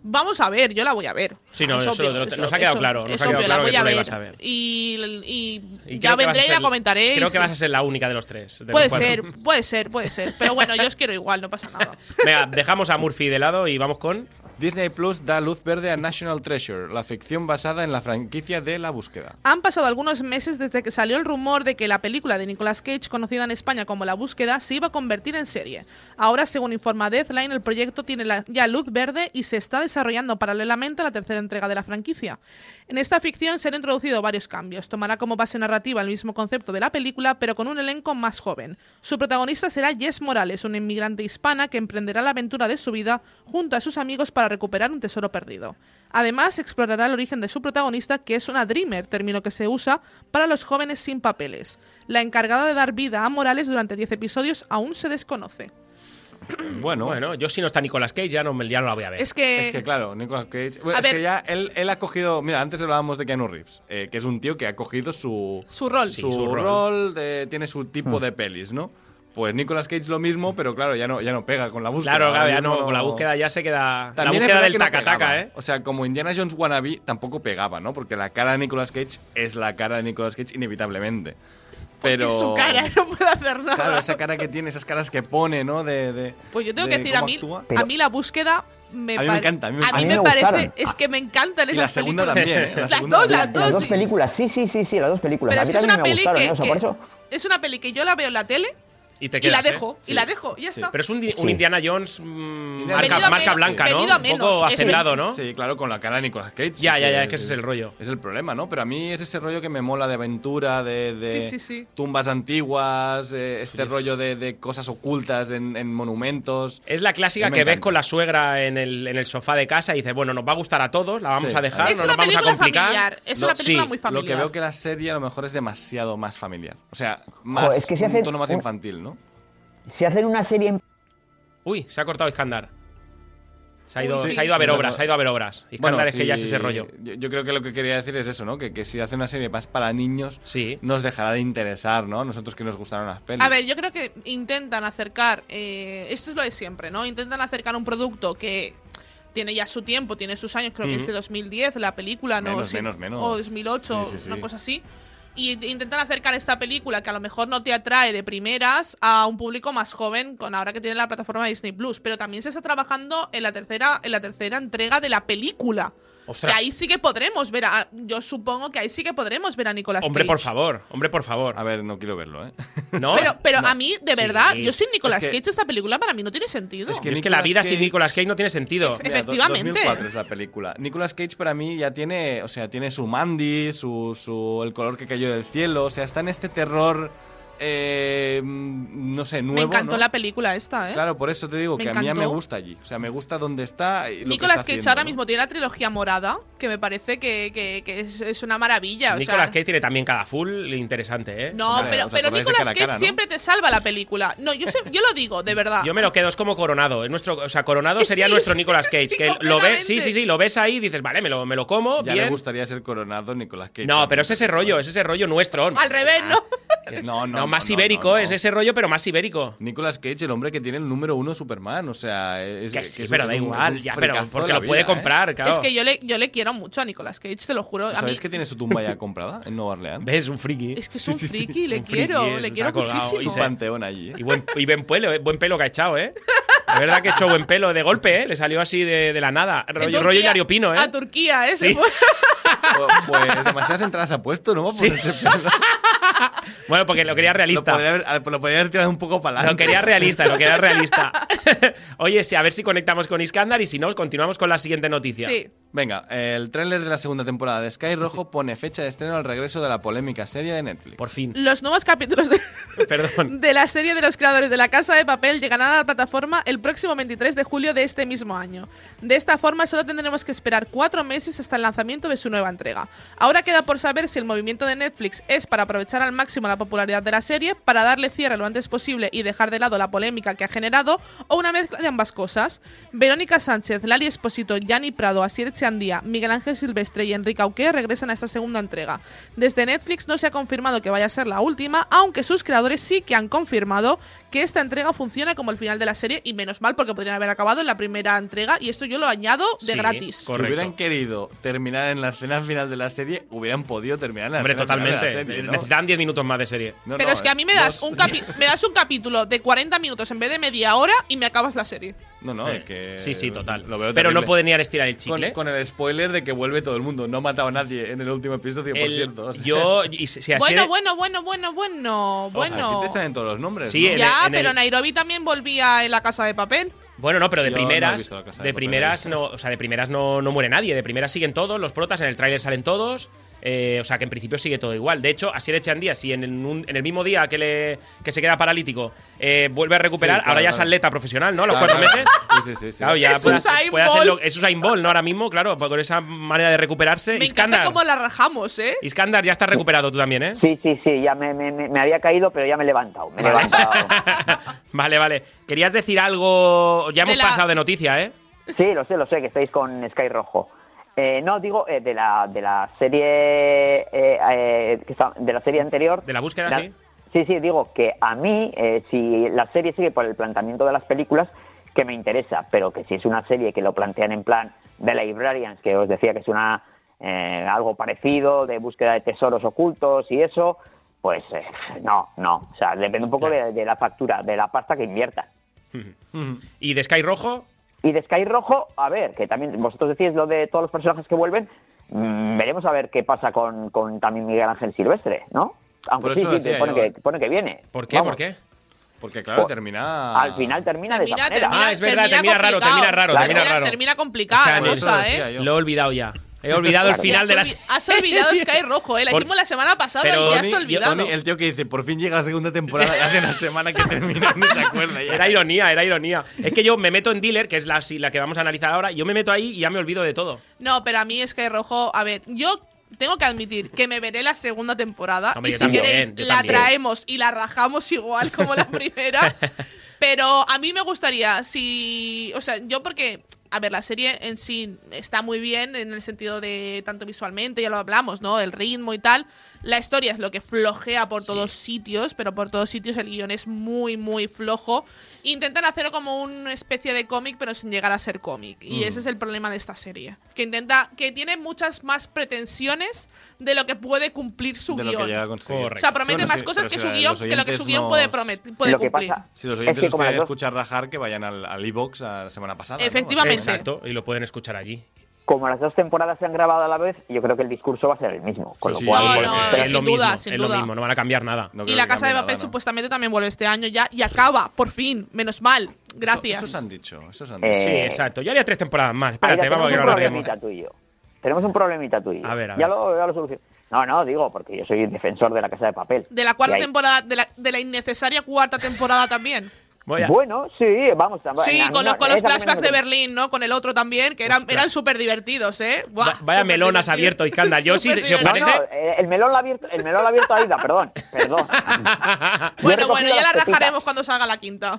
Vamos a ver, yo la voy a ver.
Sí, no,
Es
eso lo- nos ha quedado claro, nos
es
ha quedado
obvio,
claro
la
que
voy
tú
a
la
ver.
ibas a ver.
Y, y
Y
ya
creo que vas a
vendré y la
ser-
comentaré. y
Creo
sí.
que vas a ser la única de los tres. de los
Puede
cuatro.
ser, puede ser, puede ser. Pero bueno, yo os quiero igual, no pasa nada.
Venga, dejamos a Murphy de lado y vamos con.
Disney Plus da luz verde a National Treasure, la ficción basada en la franquicia de La Búsqueda.
Han pasado algunos meses desde que salió el rumor de que la película de Nicolas Cage, conocida en España como La Búsqueda, se iba a convertir en serie. Ahora, según informa Deadline, el proyecto tiene la- ya luz verde y se está desarrollando paralelamente a la tercera entrega de la franquicia. En esta ficción se han introducido varios cambios. Tomará como base narrativa el mismo concepto de la película, pero con un elenco más joven. Su protagonista será Jess Morales, una inmigrante hispana que emprenderá la aventura de su vida junto a sus amigos para recuperar un tesoro perdido. Además, explorará el origen de su protagonista, que es una Dreamer, término que se usa para los jóvenes sin papeles. La encargada de dar vida a Morales durante 10 episodios aún se desconoce.
Bueno,
Bueno, yo si no está Nicolas Cage, ya no, me- ya no la voy a ver.
Es que,
Es que claro, Nicolas Cage. bueno,
Eh. a
es
ver.
que ya él, él ha cogido. Mira, antes hablábamos de Keanu Reeves, eh, que es un tío que ha cogido su.
su rol.
Sí.
su,
su rol. Hmm.
rol, de- tiene su tipo de pelis, ¿no? Pues Nicolas Cage lo mismo, pero claro, ya no, ya no pega con la búsqueda.
claro, claro,
Ahora
ya
mismo
no, con la búsqueda ya se queda. La
También es
búsqueda
verdad
del
que no
taca-taca,
pegaba.
¿eh?
O sea, como Indiana Jones Wannabe tampoco pegaba, ¿no? Porque la cara de Nicolas Cage es la cara de Nicolas Cage inevitablemente. Pero.
Su cara no puede hacer nada.
Claro, esa cara que tiene, esas caras que pone, ¿no? De, de-
Pues yo tengo
de
que decir, a
cómo
mí,
actúa.
a mí la búsqueda me,
A mí me
pare-
encanta, a mí me-
a mí
a mí
me
me
parece,
gustaron.
es que me encantan
Y
esas
la segunda
películas.
también, ¿eh? La
las
segunda
dos, las
también.
dos.
Las dos
sí.
películas, sí, sí, sí, sí, las dos películas.
Pero
a
es
mí
que es
también
una
me
peli
gustaron,
que,
¿eh? O sea, por
que-
eso.
es una peli que yo la veo en la tele
Y te
y la
quedas, ¿eh?
dejo,
Sí.
y la dejo, y ya está.
Pero es un, di- un
Sí.
Indiana Jones mm,
Indiana
marca,
Jones.
marca
Venido a
blanca, ¿no?
menos, venido a
Un poco
menos, es
hacendado, ¿no?
Sí, claro, con la cara de Nicolas Cage.
Ya,
sí
ya, ya, es que ese es el rollo.
Es el problema, ¿no? Pero a mí es ese rollo que me mola de aventura, de, de
Sí, sí, sí.
tumbas antiguas, eh, este rollo de, de cosas ocultas en, en monumentos.
Es la clásica
A mí me
que ves
encanta.
con la suegra en el, en el sofá de casa y dices, bueno, nos va a gustar a todos, la vamos
Sí.
a dejar,
Es
no
una
nos vamos a
película
complicar.
familiar, es
No,
una película muy
Lo que
familiar.
veo que la serie a lo mejor es demasiado más familiar. O sea, más,
es que si
un
hacen
tono más
un-
infantil, ¿no?
Si hacen una serie en
Uy, se ha cortado Iskandar. Se ha ido,
Uy,
se
sí.
ha ido a ver
Sí,
obras,
bueno.
se ha ido a ver obras. Y
Bueno,
es que ya es
sí,
ese rollo.
Yo, yo creo que lo que quería decir es eso, ¿no? Que, que si hace una serie más para niños,
Sí.
nos dejará de interesar, ¿no? Nosotros que nos gustaron las pelis.
A ver, yo creo que intentan acercar, eh, esto es lo de siempre, ¿no? Intentan acercar un producto que tiene ya su tiempo, tiene sus años, creo que es de 2010 la película, ¿no?
Menos,
Sí,
menos, menos.
O 2008,
Sí, sí, sí.
una cosa así. Y int- intentan acercar esta película que a lo mejor no te atrae de primeras a un público más joven con ahora que tiene la plataforma de Disney Plus, pero también se está trabajando en la tercera en la tercera entrega de la película.
Ostras.
Que ahí sí que podremos ver a, yo supongo que ahí sí que podremos ver a Nicolas
Hombre,
Cage.
por favor, hombre, por favor.
A ver, no quiero verlo, ¿eh.
¿No?
Pero, pero
No.
a mí, de
Sí.
verdad, yo sin Nicolas
Es que-
Cage esta película para mí no tiene sentido.
Es
Yo es que
Nicolas
la vida sin
Cage-
Nicolas Cage no tiene sentido.
Efe-
Mira, do-
Efectivamente.
2004 es la película. Nicolas Cage para mí ya tiene, o sea, tiene su Mandy, su, su el color que cayó del cielo, o sea, está en este terror eh, mm, no sé, nuevo,
Me encantó
¿no?
la película esta, ¿eh?
Claro, por eso te digo
Me
que a mí ya me
encantó.
gusta allí, o sea, me gusta donde está y lo que
Nicolas
está
Cage
haciendo,
ahora
¿no?
mismo tiene la trilogía morada, que me parece que, que- que es, es una maravilla. o sea-
Nicolas Cage tiene también cada full interesante, ¿eh?
No,
Hombre,
pero,
os
pero
acordáis de
Nicolas
cara a
Cage
cara, ¿no?
siempre te salva la película. No, yo, sé- yo lo digo, de verdad.
Yo me lo quedo, es como Coronado. Es nuestro, o sea, Coronado
Sí,
sería
sí,
nuestro
sí,
Nicolas Cage.
sí,
que lo ves, sí,
completamente.
sí, sí, lo ves ahí y dices, vale, me lo, me lo como,
Ya le
bien.
gustaría ser coronado Nicolas Cage.
No,
también.
pero es ese rollo, es ese rollo nuestro.
Al revés, ¿no?
No, no,
No, más
no, no,
ibérico,
no.
es ese rollo, pero más ibérico.
Nicolas Cage, el hombre que tiene el número uno Superman, o sea, es
Que sí,
es un-
pero
es un-
da
es un
igual, ya, pero
fricazo
porque
de la
lo puede
vida, ¿eh?
comprar, claro.
Es que yo le, yo le quiero mucho a Nicolas Cage, te lo juro. A mí,
¿Sabéis que tiene su tumba ya comprada en Nueva Orleans?
¿Ves? Un friki.
es que es un
Sí, sí, sí.
friki, le
Un friki,
quiero,
eh,
le
está
quiero
colgado.
muchísimo.
Y
su
se-
panteón allí. ¿eh?
Y buen, y buen pelo, eh, buen pelo que ha echado, ¿eh? La verdad que ha hecho buen pelo de golpe, ¿eh? Le salió así de, de la nada.
En
Rollo,
Turquía-
rollo Hilario Pino, ¿eh?
A Turquía, ¿eh? Se
Sí.
fue.
Pues demasiadas entradas ha puesto, ¿no?
Sí.
Por ese pelo.
Bueno, porque lo quería realista.
Lo podría, haber, ah, lo podría haber tirado un poco para
Lo
adelante.
quería realista, lo quería realista. Oye, sí, a ver si conectamos con Iskandar y si no, continuamos con la siguiente noticia.
Sí.
Venga, el tráiler de la segunda temporada de Sky Rojo pone fecha de estreno al regreso de la polémica serie de Netflix.
Por fin.
Los nuevos capítulos de,
Perdón.
de la serie de los creadores de La Casa de Papel llegarán a la plataforma el próximo 23 de julio de este mismo año. De esta forma, solo tendremos que esperar cuatro meses hasta el lanzamiento de su nueva entrega. Ahora queda por saber si el movimiento de Netflix es para aprovechar al máximo la popularidad de la serie, para darle cierre lo antes posible y dejar de lado la polémica que ha generado, o una mezcla de ambas cosas. Verónica Sánchez, Lali Espósito, Yanni Prado, Asier Chandía, Miguel Ángel Silvestre y Enrique Auque regresan a esta segunda entrega. Desde Netflix no se ha confirmado que vaya a ser la última, aunque sus creadores sí que han confirmado que esta entrega funciona como el final de la serie y menos mal porque podrían haber acabado en la primera entrega y esto yo lo añado de
Sí,
gratis.
correcto.
si hubieran querido terminar en la escena final de la serie, hubieran podido terminar en la
Hombre,
escena final
totalmente.
de la serie, ¿no?
Necesitan 10 minutos más de serie.
No,
Pero
no,
es que a mí me
eh,
das,
dos-
un capi- me das un capítulo de 40 minutos en vez de media hora y me acabas la serie.
No, no, es
Eh,
que.
sí, sí, total.
lo veo
Pero no
terrible.
pueden ni estirar el
Con,
chicle.
con el spoiler de que vuelve todo el mundo. No ha matado a nadie en el último episodio, por
El-
cierto. o sea,
yo. y si- si así
Bueno,
era-
bueno, bueno, bueno, bueno,
ojo,
bueno.
Aquí te salen todos los nombres.
Sí,
¿no?
en
Ya,
el- en el-
pero Nairobi también volvía en la casa de papel.
Bueno, no, pero de
Yo no he
primeras.
visto La Casa de
de
Papel,
primeras
¿eh?
no. O sea, de primeras no, no muere nadie. De primeras siguen todos, los protas, en el tráiler salen todos. eh, o sea que en principio sigue todo igual. De hecho, Asier Echandía, si en, un- en el mismo día que, le, que se queda paralítico eh, vuelve a recuperar,
Sí, claro,
ahora ya es
claro.
atleta profesional, ¿no? A los
Ah,
cuatro
claro.
meses.
Sí, sí, sí. sí.
Claro, ya pues.
Es
puede,
Usain
puede hacerlo.
Ball.
Es Usain Ball, ¿no? Ahora mismo, claro, con esa manera de recuperarse.
Me encanta
Iskandar,
cómo la rajamos, ¿eh?
Iskandar, ya está recuperado tú también, ¿eh?
Sí, sí, sí, ya me, me- me- me había caído, pero ya me he levantado. Me he levantado.
Vale, vale. Querías decir algo. Ya hemos
De la-
pasado de noticia, ¿eh?
Sí, lo sé, lo sé, que estáis con Sky Rojo. Eh, no, digo, eh, de, la, de la serie eh, eh, que está- de la serie anterior.
De la búsqueda, sí.
Sí, sí, digo que a mí, eh, si la serie sigue por el planteamiento de las películas, que me interesa, pero que si es una serie que lo plantean en plan de Librarians, que os decía que es una eh, algo parecido, de búsqueda de tesoros ocultos y eso, pues eh, no, no. O sea, depende un poco
Claro.
de- de la factura, de la pasta que inviertan.
Y de Sky Rojo.
Y de Sky Rojo, a ver, que también vosotros decís lo de todos los personajes que vuelven, mm, veremos a ver qué pasa con, con también Miguel Ángel Silvestre, ¿no? Aunque
Por
sí,
eso
sí, que
decía
pone,
yo.
que, pone que viene.
¿Por qué?
Vamos,
¿Por qué?
Porque, claro,
Por-
termina.
Al final termina, de esa manera.
Ah, es verdad, termina raro,
complicado.
termina raro,
termina
raro.
Termina complicada
Claro,
la
eso
cosa,
decía
¿eh?
yo.
Lo he olvidado ya. He olvidado el
Claro.
final
has
de la.
olvi- Has olvidado Sky Rojo, ¿eh? La
Por-
hicimos la semana pasada
Pero
y ya
Tony-
has
yo-
olvidado.
Tony, el tío que dice, por fin llega la segunda temporada, hace una semana que termina, ni se acuerda ya.
Era ironía, era ironía. Es que yo me meto en Dealer, que es la, sí, la que vamos a analizar ahora, yo me meto ahí y ya me olvido de todo.
No, pero a mí Sky Rojo, a ver, yo tengo que admitir que me veré la segunda temporada
Hombre,
y
yo
si
también,
queréis
yo
la
también.
traemos y la rajamos igual como la primera. pero a mí me gustaría si, o sea, yo porque a ver, la serie en sí está muy bien en el sentido de tanto visualmente, ya lo hablamos, ¿no? El ritmo y tal. La historia es lo que flojea por todos sitios, pero por todos sitios el guión es muy, muy flojo. Intentan hacerlo como una especie de cómic, pero sin llegar a ser cómic.
Mm.
Y ese es el problema de esta serie. Que intenta, que tiene muchas más pretensiones de lo que puede cumplir su
de lo
guión.
que llega a conseguir.
O
Correcto.
sea, promete
Bueno,
más
sí,
cosas
pero
que
si
su
la-
guión,
los
que lo que su
oyentes
guión puede,
nos-
promet- puede
Lo que
cumplir.
pasa-
Si los
Es
oyentes
que
os
como las
quieren
dos-
escuchar rajar, que vayan al, al iVoox a la semana pasada. ¿no?
Efectivamente.
Exacto, y lo pueden escuchar allí.
Como las dos temporadas se han grabado a la vez, yo creo que el discurso va a ser el mismo. Con
Sí,
lo
sí.
cual,
No,
pues,
no,
pero
es
sin
lo
duda,
mismo,
sin
es
duda.
lo mismo, no van a cambiar nada.
No
y
creo
la
que
casa
cambie
de papel
nada, ¿no?
supuestamente también vuelve este año ya y acaba, por fin. Menos mal. Gracias.
Eso, esos han dicho. Esos han
Eh,
dicho.
Sí, exacto. Yo haría tres temporadas más. Espérate,
Aida,
vamos a ver
tenemos un
ahora tenemos.
problemita tú y yo. Tenemos un problemita tú y yo.
A ver, a
Ya
ver.
lo, ya lo soluciono. No, no, digo, porque yo soy defensor de la Casa de Papel.
De la cuarta
Y ahí-
temporada, de la, de la innecesaria cuarta temporada también.
Voy a-
Bueno, sí, vamos. tam-
Sí,
a mí
con,
no-
los- con los
esa a mí no
flashbacks
me-
de Berlín, ¿no? Con el otro también, que eran, eran súper divertidos, ¿eh? Buah,
Va- vaya
súper
melón has
divertido.
abierto, Iskandar. Yo, si- si os
Súper
No,
parece-
no, eh, el melón lo ha abierto, el melón lo ha abierto Aida, perdón, perdón. Yo he
Bueno,
recogido
bueno, ya
las
la
pepitas.
rajaremos cuando salga la quinta.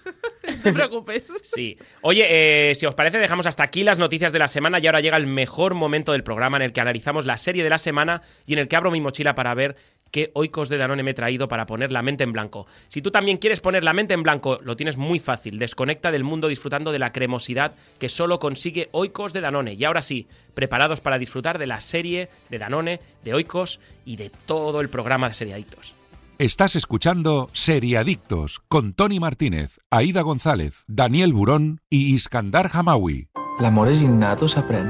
no te preocupes.
Sí. Oye, eh, si os parece, dejamos hasta aquí las noticias de la semana y ahora llega el mejor momento del programa en el que analizamos la serie de la semana y en el que abro mi mochila para ver qué oikos de Danone me he traído para poner la mente en blanco. Si tú también quieres poner la mente en blanco, lo tienes muy fácil. Desconecta del mundo disfrutando de la cremosidad que solo consigue oikos de Danone. Y ahora sí, preparados para disfrutar de la serie de Danone, de oikos y de todo el programa de Seriaditos.
Estás escuchando Seriadictos con Tony Martínez, Aida González, Daniel Burón y Iskandar Hamawi.
L'amor és innat o s'aprèn?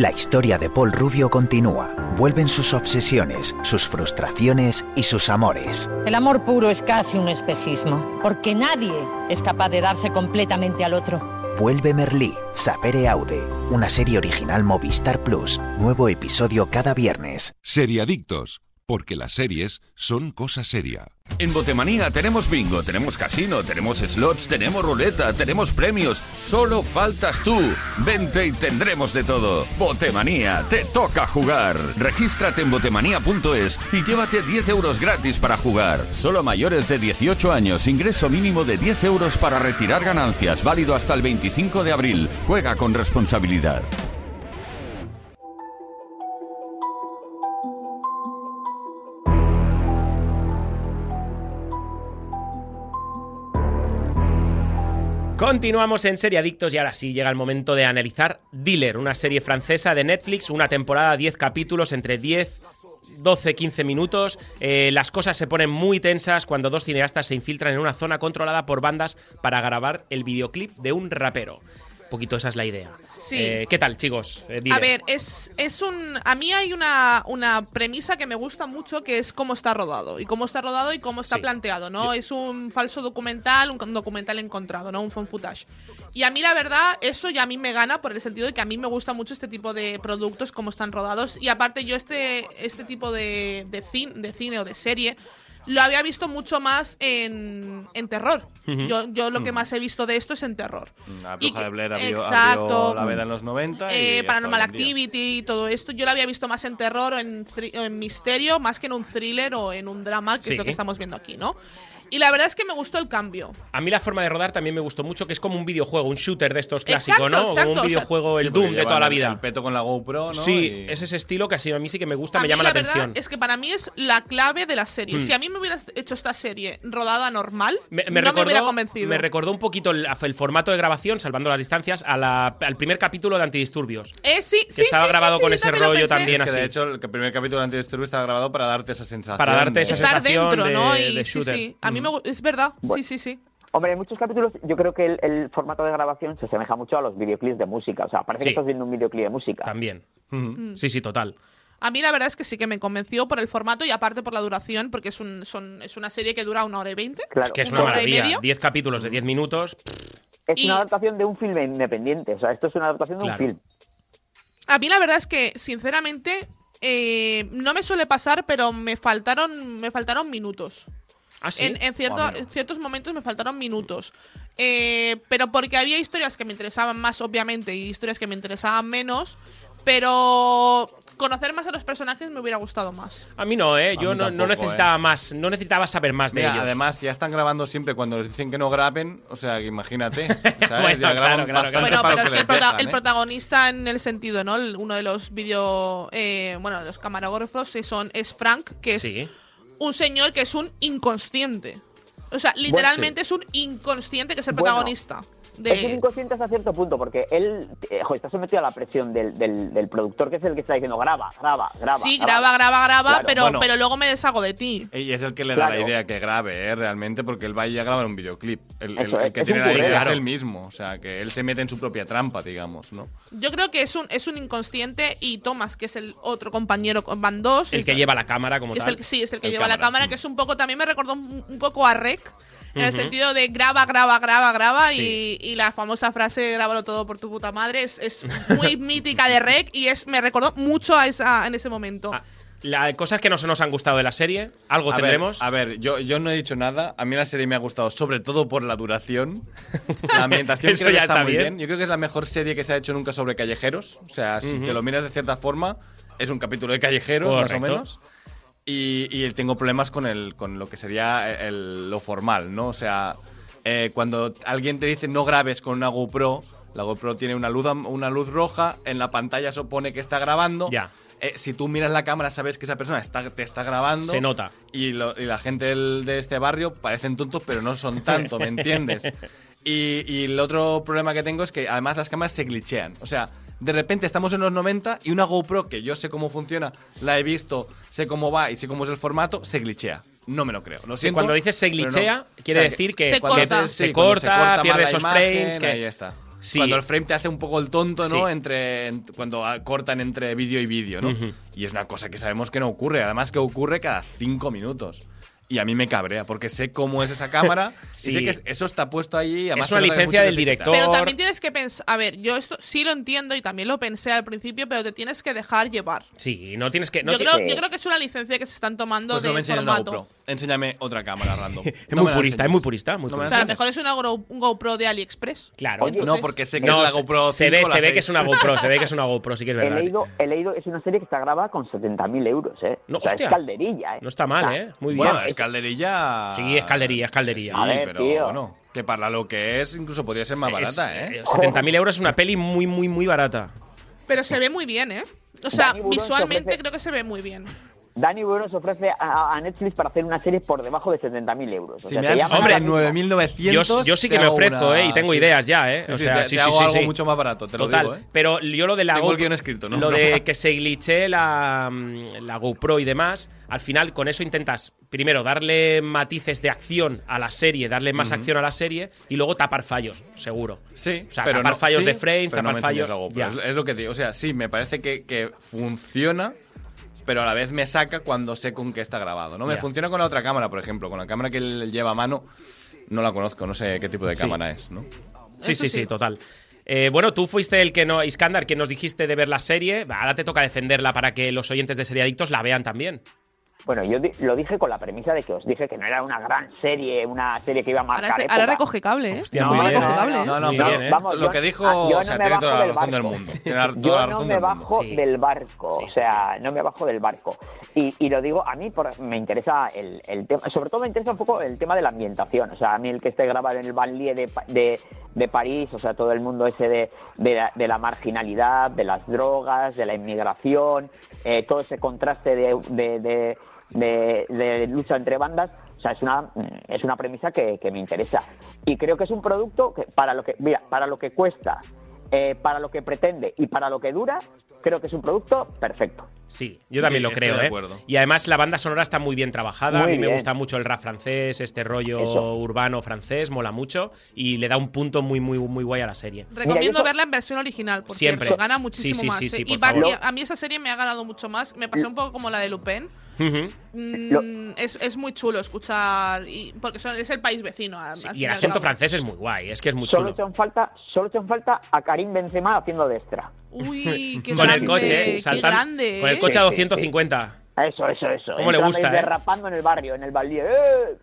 La historia de Paul Rubio continúa. Vuelven sus obsesiones, sus frustraciones y sus amores.
El amor puro es casi un espejismo, porque nadie es capaz de darse completamente al otro.
Vuelve Merlí, Sapere Aude, una serie original Movistar Plus, nuevo episodio cada viernes.
Seriadictos, porque las series son cosa seria.
En Botemanía tenemos bingo, tenemos casino, tenemos slots, tenemos ruleta, tenemos premios. Solo faltas tú. Vente y tendremos de todo. Botemanía, te toca jugar. Regístrate en botemanía.es y llévate 10 euros gratis para jugar. Solo a mayores de 18 años, ingreso mínimo de 10 euros para retirar ganancias, válido hasta el 25 de abril. Juega con responsabilidad.
Continuamos en Serie Adictos y ahora sí llega el momento de analizar Dealer, una serie francesa de Netflix, una temporada, 10 capítulos, entre 10, 12, 15 minutos. Eh, las cosas se ponen muy tensas cuando dos cineastas se infiltran en una zona controlada por bandas para grabar el videoclip de un rapero. Un poquito esa es la idea.
Sí.
Eh, ¿Qué tal, chicos? Eh, Dealer.
A ver, es, es un. A mí hay una, una premisa que me gusta mucho que es cómo está rodado. Y cómo está rodado y cómo está
Sí.
planteado, ¿no? Es un falso documental, un documental encontrado, ¿no? Un fan footage. Y a mí, la verdad, eso ya a mí me gana por el sentido de que a mí me gusta mucho este tipo de productos, cómo están rodados. Y aparte, yo este, este tipo de, de, cin- de cine o de serie. Lo había visto mucho más en, en terror. yo, yo lo que más he visto de esto es en terror.
Mm. La
Mm, Y
bruja
que-
de Blair abrió,
Exacto.
abrió la veda en los 90.
Eh,
y hasta
Paranormal
hoy en día.
Activity y todo esto. Yo la había visto más en terror o en, thri- o en misterio, más que en un thriller o en un drama, que
Sí.
es lo que estamos viendo aquí, ¿no? Y la verdad es que me gustó el cambio.
A mí la forma de rodar también me gustó mucho, que es como un videojuego, un shooter de estos clásicos,
Exacto,
¿no?
exacto,
como
o
un
sea-
videojuego,
Sí,
el
porque
Doom de toda
llevan
la
el- El
vida.
peto con la GoPro, ¿no?
Sí,
Y-
es ese estilo que así a mí sí que me gusta,
A
me
mí
llama la,
la,
atención. Hmm.
verdad es que para mí es la clave de la serie. Si a mí me hubiera hecho esta serie rodada normal,
Me, me
no
recordó,
me hubiera convencido.
me recordó un poquito el, el formato de grabación, salvando las distancias, a la- al primer capítulo de Antidisturbios.
Eh, sí, sí,
estaba
sí, sí,
grabado
sí,
con
yo
ese
lo
rollo
pensé.
Es
también.
que
así.
de hecho el que- primer capítulo de Antidisturbios estaba grabado para darte esa sensación.
Para darte
de-
esa
Estar
sensación
dentro,
de-
¿no? Y
de
sí,
shooter. Mm.
sí. A mí me gu- es verdad.
Bueno.
Sí, sí, sí.
Hombre, en muchos capítulos yo creo que el, el formato de grabación se asemeja mucho a los videoclips de música. O sea, parece
Sí.
que estás viendo un videoclip de música.
También. Sí, sí, total.
A mí la verdad es que sí que me convenció por el formato y aparte por la duración, porque es, un, son, es una serie que dura una hora y veinte.
Claro.
Es que es
¿Una
una
hora y
maravilla.
media?
10 capítulos de 10 minutos. pff,
Es
Y-
una adaptación de un filme independiente. O sea, esto es una adaptación de
Claro.
un film.
A mí la verdad es que, sinceramente, eh, no me suele pasar, pero me faltaron, me faltaron minutos.
Ah, sí.
En, en cierto- en ciertos momentos me faltaron minutos. Eh, pero porque había historias que me interesaban más, obviamente, y historias que me interesaban menos. Pero conocer más a los personajes me hubiera gustado más.
A mí no, ¿eh?
A
Yo
mí
no,
tampoco,
no necesitaba más, no necesitaba saber más de
Mira,
ellos.
además, ya están grabando siempre cuando les dicen que no graben, o sea, que imagínate, ¿sabes?
Bueno,
ya
claro,
graban
claro,
bastante
claro.
Bueno,
para
pero es
lo
que el,
que les
prota-
dejan,
el
¿eh?
protagonista en el sentido, ¿no? El- uno de los video. eh, bueno, los camarógrafos eh, son, es Frank, que es
Sí.
un señor que es un inconsciente. O sea, literalmente es un inconsciente que es el
Bueno,
protagonista.
Es un
de,
inconsciente hasta cierto punto, porque él eh, jo, está sometido a la presión del, del- del productor, que es el que está diciendo graba, graba, graba.
sí, graba, graba, graba,
Claro,
pero,
bueno.
pero luego me deshago de ti.
Y es el que le da
Claro.
la idea que grabe, ¿eh? realmente, porque él va y ya graba un videoclip. El, el-
Eso
el
es,
que
es
tiene
un
la
currero.
idea
Claro.
es el mismo, o sea, que él se mete en su propia trampa, digamos, ¿no?
Yo creo que es un, es un inconsciente y Thomas, que es el otro compañero, con- van dos.
El que
es-
lleva la cámara como
es
tal.
el que- sí, es el que
El
lleva la
cámara,
cámara,
mm.
que es un poco, también me recordó un, un poco a Rec, en el sentido de graba, graba, graba, graba,
Sí.
y, y la famosa frase grábalo todo por tu puta madre es, es muy mítica de Rec y es me recordó mucho a esa en ese momento.
Ah, la- cosas que no se nos han gustado de la serie, algo
a
tendremos.
Ver, a ver, yo, yo no he dicho nada. A mí la serie me ha gustado, sobre todo por la duración. La ambientación
Eso
creo que
ya
está,
está
muy
bien.
bien. Yo creo que es la mejor serie que se ha hecho nunca sobre callejeros. O sea, si te lo miras de cierta forma, es un capítulo de callejeros, más
Correcto.
o menos. Y, y tengo problemas con, el, con lo que sería eh, el- lo formal, ¿no? O sea, eh, cuando alguien te dice no grabes con una GoPro, la GoPro tiene una luz, am- una luz roja, en la pantalla se opone que está grabando.
Ya.
Eh, si tú miras la cámara, sabes que esa persona está, te está grabando.
Se nota.
Y, lo- y la gente del- de este barrio parecen tontos, pero no son tanto, ¿me entiendes? Y, y el otro problema que tengo es que además las cámaras se glitchean. O sea, de repente estamos en los 90 y una GoPro, que yo sé cómo funciona, la he visto, sé cómo va y sé cómo es el formato, se glitchea. No me lo creo. Lo
Sí,
siento,
cuando dices se
pero no.
glitchea, quiere decir que-
Se
cuando
corta.
haces-
se
cuando
corta,
mal
pierde
la
esos frames, que-
Ahí está.
Sí.
Cuando el frame te hace un poco el tonto, ¿no?
Sí.
Entre, en- cuando ah, cortan entre vídeo y vídeo, ¿no? Y es una cosa que sabemos que no ocurre. Además que ocurre cada cinco minutos. Y a mí me cabrea, porque sé cómo es esa cámara.
Sí.
Y sé que eso está puesto ahí. además
Es una
se nota que
licencia
muchas
del
veces está.
director.
Pero también tienes que pensar, a ver, yo esto sí lo entiendo y también lo pensé al principio, pero te tienes que dejar llevar.
Sí, no tienes que. no
yo,
ti-
creo, yo creo que es una licencia que se están tomando
Pues no me
de
enseñes una
formato.
GoPro. Enséñame otra cámara random.
Es muy purista, es muy purista, muy
O
purista.
sea, a lo mejor es una Gro- un GoPro de AliExpress.
Claro.
Oye,
No, porque sé que
No,
es la
se-
GoPro
se ve,
5 o la
se ve que
6.
es una GoPro, se ve que es una GoPro, sí que es
He
verdad.
leído, he leído, es una serie que está grabada con 70.000 euros, ¿eh.
No,
o sea,
hostia.
es calderilla, ¿eh?
No está mal,
O sea,
¿eh? Muy bien.
Bueno, es calderilla.
Sí, es calderilla, es calderilla.
Sí,
A ver,
pero
tío.
bueno, que para lo que es, incluso podría ser más barata,
Es-
¿eh?
eh, 70.000 euros es una peli muy, muy, muy barata.
Pero se ve muy bien, ¿eh? O sea,
Dani Burón se
visualmente
ofrece-
creo que se ve muy bien.
ah, Danny Burón se ofrece a, a Netflix para hacer una serie por debajo de 70.000 euros. O
Si
sea,
me
te
das
llaman
hombre,
ahora mismo.
9.900.
Yo- yo sí que
te
me
hago
ofrezco,
una-
eh, y tengo
sí.
ideas ya, eh.
Sí,
O
sí,
sea,
te, te
sí, sí,
hago
sí,
algo
sí.
mucho más barato, te
Total.
lo digo, eh.
Pero yo lo de la
Tengo el
GoPro-
guión escrito, ¿no?
Lo
No.
de que se glitche la, mm, la GoPro y demás. Al final, con eso intentas, primero, darle matices de acción a la serie, darle más acción a la serie y luego tapar fallos, seguro.
Sí,
O sea,
pero
tapar
no-
fallos
sí,
de frames,
pero no
tapar
me enseñes
fallos.
la GoPro,
ya.
Es, es lo que te digo. O sea, sí, me parece que, que funciona, pero a la vez me saca cuando sé con qué está grabado. No me
Ya.
funciona con la otra cámara, por ejemplo. Con la cámara que él lleva a mano, no la conozco, no sé qué tipo de
Sí.
cámara es, ¿no?
Sí,
Eso
sí,
sí.
sí, total. Eh, bueno, tú fuiste el que no, Iskandar, que nos dijiste de ver la serie. Ahora te toca defenderla para que los oyentes de Seriadictos la vean también.
Bueno, yo di- lo dije con la premisa de que os dije que no era una gran serie, una serie que iba a marcar
Ahora, se- ahora
época.
recoge cable, ¿eh?
Hostia,
ahora
muy bien,
recoge
¿eh?
cable, ¿eh?
No, no,
Muy
pero
bien, ¿eh?
Vamos,
lo
yo-
que dijo,
ah, yo
o sea,
no me
tiene toda la
bajo
razón
del
del
barco.
mundo. Tiene toda la
Yo no
razón
me
del mundo.
bajo
Sí.
del barco,
Sí,
o sea, no me bajo del barco. Y, y lo digo, a mí por- me interesa el, el tema, sobre todo me interesa un poco el tema de la ambientación, o sea, a mí el que esté grabado en el banlieue de, Pa- de, de París, o sea, todo el mundo ese de, de la, de la marginalidad, de las drogas, de la inmigración, eh, todo ese contraste de, de- de- de- de lucha entre bandas. O sea, es una, mm, es una premisa que, que me interesa. Y creo que es un producto que para lo que, mira, para lo que cuesta, eh, para lo que pretende y para lo que dura, creo que es un producto perfecto.
Sí, yo también
Sí,
lo
estoy
creo,
de
¿eh?
acuerdo.
Y además la banda sonora está muy bien trabajada. a
Muy
mí me
bien.
gusta mucho el rap francés, este rollo
Eso.
urbano francés, mola mucho y le da un punto muy, muy, muy guay a la serie.
Mira,
Recomiendo
yo-
verla en versión original, porque
Siempre.
gana
Sí,
muchísimo
sí,
más.
sí, sí,
¿eh?
por
y va-
favor.
y a mí esa serie me ha ganado mucho más. Me pasó un poco como la de Lupin.
Ujú.
Mm,
Lo-
es, es muy chulo escuchar, y, porque son- es el país vecino. al-
Sí,
al
y
fin
el
al
acento
cabo.
francés es muy guay, es que es muy
Solo
chulo.
echan falta, solo echan falta a Karim Benzema haciendo de extra.
Uy, qué
Con el
grande,
coche,
qué
saltando.
grande,
Con el
¿eh?
coche a
Sí, sí,
250.
Eso, eso, eso.
¿Cómo le
Entran
gusta,
ahí
eh?
Derrapando en el barrio, en el baldío. ¡Eh!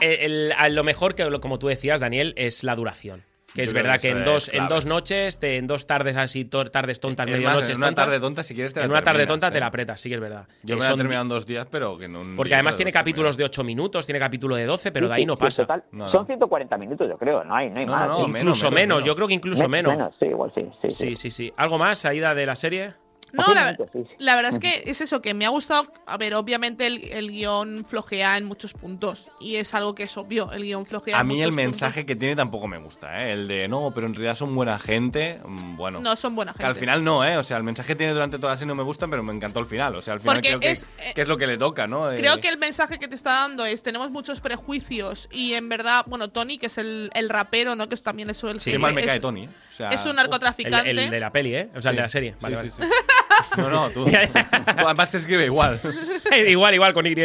Eh, el- a lo mejor que, lo- como tú decías, Daniel, es la duración. Que
Yo
es
creo
verdad
que
que
eso
en
es
dos, en
clave.
dos noches, te- en dos tardes así, to- tardes tontas,
Es más,
medianoches.
en una
tontas,
tarde tonta, si quieres, te la
en una tarde
terminas,
tonta te
¿eh?
la apretas, sí que es verdad.
Yo
Eh,
me la he
son-
terminado en dos días, pero que en un
Porque
día
además
me
tiene
los termino.
capítulos de 8 minutos, tiene capítulo de 12, pero de
Sí,
ahí
sí,
no
sí,
pasa.
total.
No, no.
Son 140 minutos, yo creo, no hay, no hay
No,
más.
no,
Sí.
no, menos,
Incluso menos,
menos, menos.
yo creo que incluso menos.
Sí, igual sí. sí,
Sí,
sí.
sí, sí. ¿Algo más, Aida, de la serie?
No, la,
Posiblemente, sí.
la verdad es que es eso, que me ha gustado. A ver, obviamente el, el guión flojea en muchos puntos. Y es algo que es obvio, el guión flojea
A
en
mí el
muchos puntos.
mensaje que tiene tampoco me gusta, ¿eh? El de no, pero en realidad son buena gente. mm, Bueno.
No son buena
Que
gente.
al final no, ¿eh? O sea, el mensaje que tiene durante toda la serie no me gusta, pero me encantó el final. O sea, al final
Porque
creo que
es,
es,
eh,
que es lo que le toca, ¿no? Eh,
Creo que el mensaje que te está dando es tenemos muchos prejuicios y en verdad, bueno, Tony, que es el, el rapero, ¿no? Que es- también es el
Qué
que
mal me
es-
cae Tony, ¿eh? O sea,
Es un
El,
narcotraficante.
el de la peli, ¿eh? O sea, el de la serie.
Sí,
Vale,
sí,
vale.
sí. No, no, tú. tú Además se escribe igual.
igual, igual, con Y. Sí,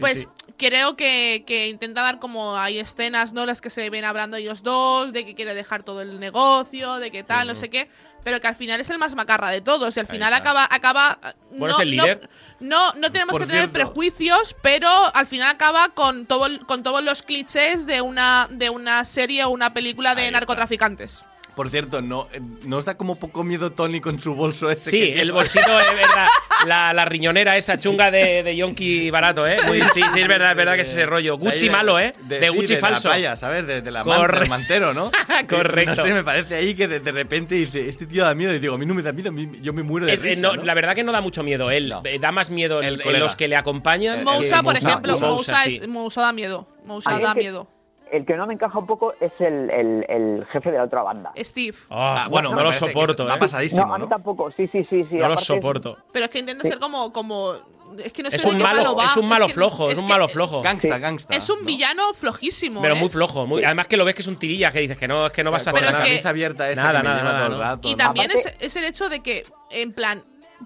pues
sí.
creo que, que intenta dar como hay escenas, ¿no? Las que se ven hablando ellos dos, de que quiere dejar todo el negocio, de que tal, no sé qué. Pero que al final es el más macarra de todos. Y al final
está.
acaba. acaba
Bueno, es
no,
el
no-
líder.
No, no tenemos
Por
que tener
cierto.
prejuicios, pero al final acaba con, todo, el- con todos los clichés de una, de una serie o una película de
Ahí está.
narcotraficantes.
Por cierto, no, eh, ¿no os da como poco miedo Tony con su bolso ese? que
Sí,
lleva?
el bolsito es verdad. La, la riñonera esa chunga de, de yonki barato, ¿eh? Muy- sí, sí, es verdad, es verdad que es ese rollo.
De ahí
Gucci
de-
malo, ¿eh?
De,
De,
sí,
Gucci
de
falso.
La playa, ¿sabes? De, de la
Corre-
manta, del mantero, ¿no?
Correcto.
No sé, me parece ahí que de, de repente dice, este tío da miedo. Y digo, a mí no me da miedo, a mí- yo me muero de
Es- eh,
risa,
no,
¿no?
La verdad que no da mucho miedo él.
No.
Eh, Da más miedo
El
el- eh,
colega.
los que le acompañan.
Mousa,
que-
por
Mousa,
ejemplo,
Mousa,
Mousa,
eh, sí.
es- Mousa da miedo. Mousa
A mí
da
que-
miedo.
El que no me encaja un poco es el, el- el jefe de la otra banda.
Steve.
Ah,
Ah, bueno,
no
me
lo
parece que
soporto,
Va
¿eh?
pasadísimo,
no, a mí
¿no?
tampoco. Sí, sí, sí. sí.
No lo
aparte es-
soporto.
Pero es que intenta ser como, como. Es que no sé
Es
de
un
qué
malo,
palo va.
es un malo
que-
flojo, es un
que-
malo flojo.
Gangsta,
Sí.
gangsta.
Es un
¿no?
villano flojísimo.
Pero
¿eh?
muy flojo. muy- además que lo ves que es un tirilla que dices que no, es que no vas a
Con
hacer
Pero es
la
nada.
que-
camisa abierta esa
Nada,
que me
nada,
lleva
nada,
todo el
¿no?
rato.
Y
¿no?
también es,
Aparte-
es el hecho de que, en plan,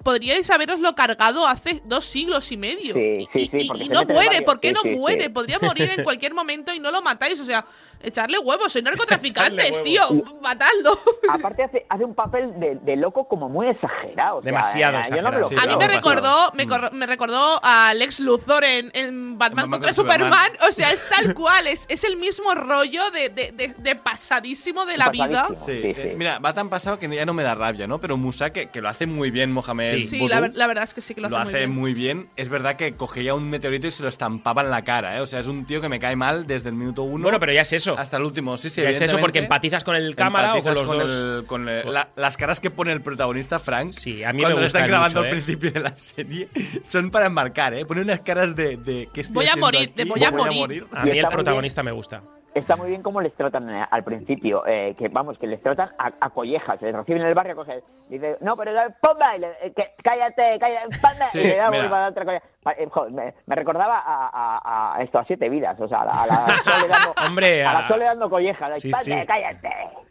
podríais haberoslo cargado hace dos siglos y medio.
Sí, sí,
y,
sí,
y-
porque
y
se
no
mete en
muere,
varios.
¿por qué
Sí,
no
sí, sí.
muere? Podría morir en cualquier momento y no lo matáis. O sea, echarle huevos, soy narcotraficantes,
Echarle
tío, matadlo.
Aparte hace, hace un papel de, de loco como muy exagerado. o sea,
Demasiado
eh, yo no
exagerado, sí,
lo
A mí
claro,
me
pasado.
recordó, me, corro- me recordó a Lex Luthor en, en Batman
En Batman
contra
contra Superman.
Superman. O sea, es tal cual, es, es el mismo rollo de, de- de- de pasadísimo de la vida.
Pasadísimo.
Sí,
Sí,
eh,
sí.
mira, va tan pasado que ya no me da rabia, ¿no? Pero Musa, que, que lo hace muy bien, Mohamed.
Sí.
Sí,
Boudou,
la, ver- la verdad es que sí que lo,
lo,
hace, muy bien.
Es verdad que cogía un meteorito y se lo estampaba en la cara, ¿eh? O sea, es un tío que me cae mal desde el minuto uno
Bueno, pero ya es eso.
hasta el último. Sí, sí,
Ya es eso
evidentemente,
porque empatizas con el cámara o con
empatizas
los dos. Pues
el- con el- la- las caras que pone el protagonista, Frank.
Sí, a mí me
Cuando lo
gustan
están grabando
mucho,
al
¿eh?
principio de la serie, son para enmarcar, ¿eh? Pone unas caras de. de ¿qué estoy
Voy a
haciendo
morir, de
aquí?
voy a morir.
A
Y
mí el
está muy
protagonista me gusta.
Está muy bien cómo les tratan eh, al principio, eh, que vamos, que les tratan a, a collejas, les reciben en el barrio, coges, dice, no, pero eh, panda, y le- eh, que- cállate, cállate, panda,
Sí,
y le da
mira.
vuelta a la otra colleja. Pa- eh, joder, me, me recordaba a, a- a esto, a siete vidas, o sea, a la, a la Sole dando,
Hombre,
a
a-
la Sole dando collejas, like,
Sí,
"Panda,
sí.
cállate.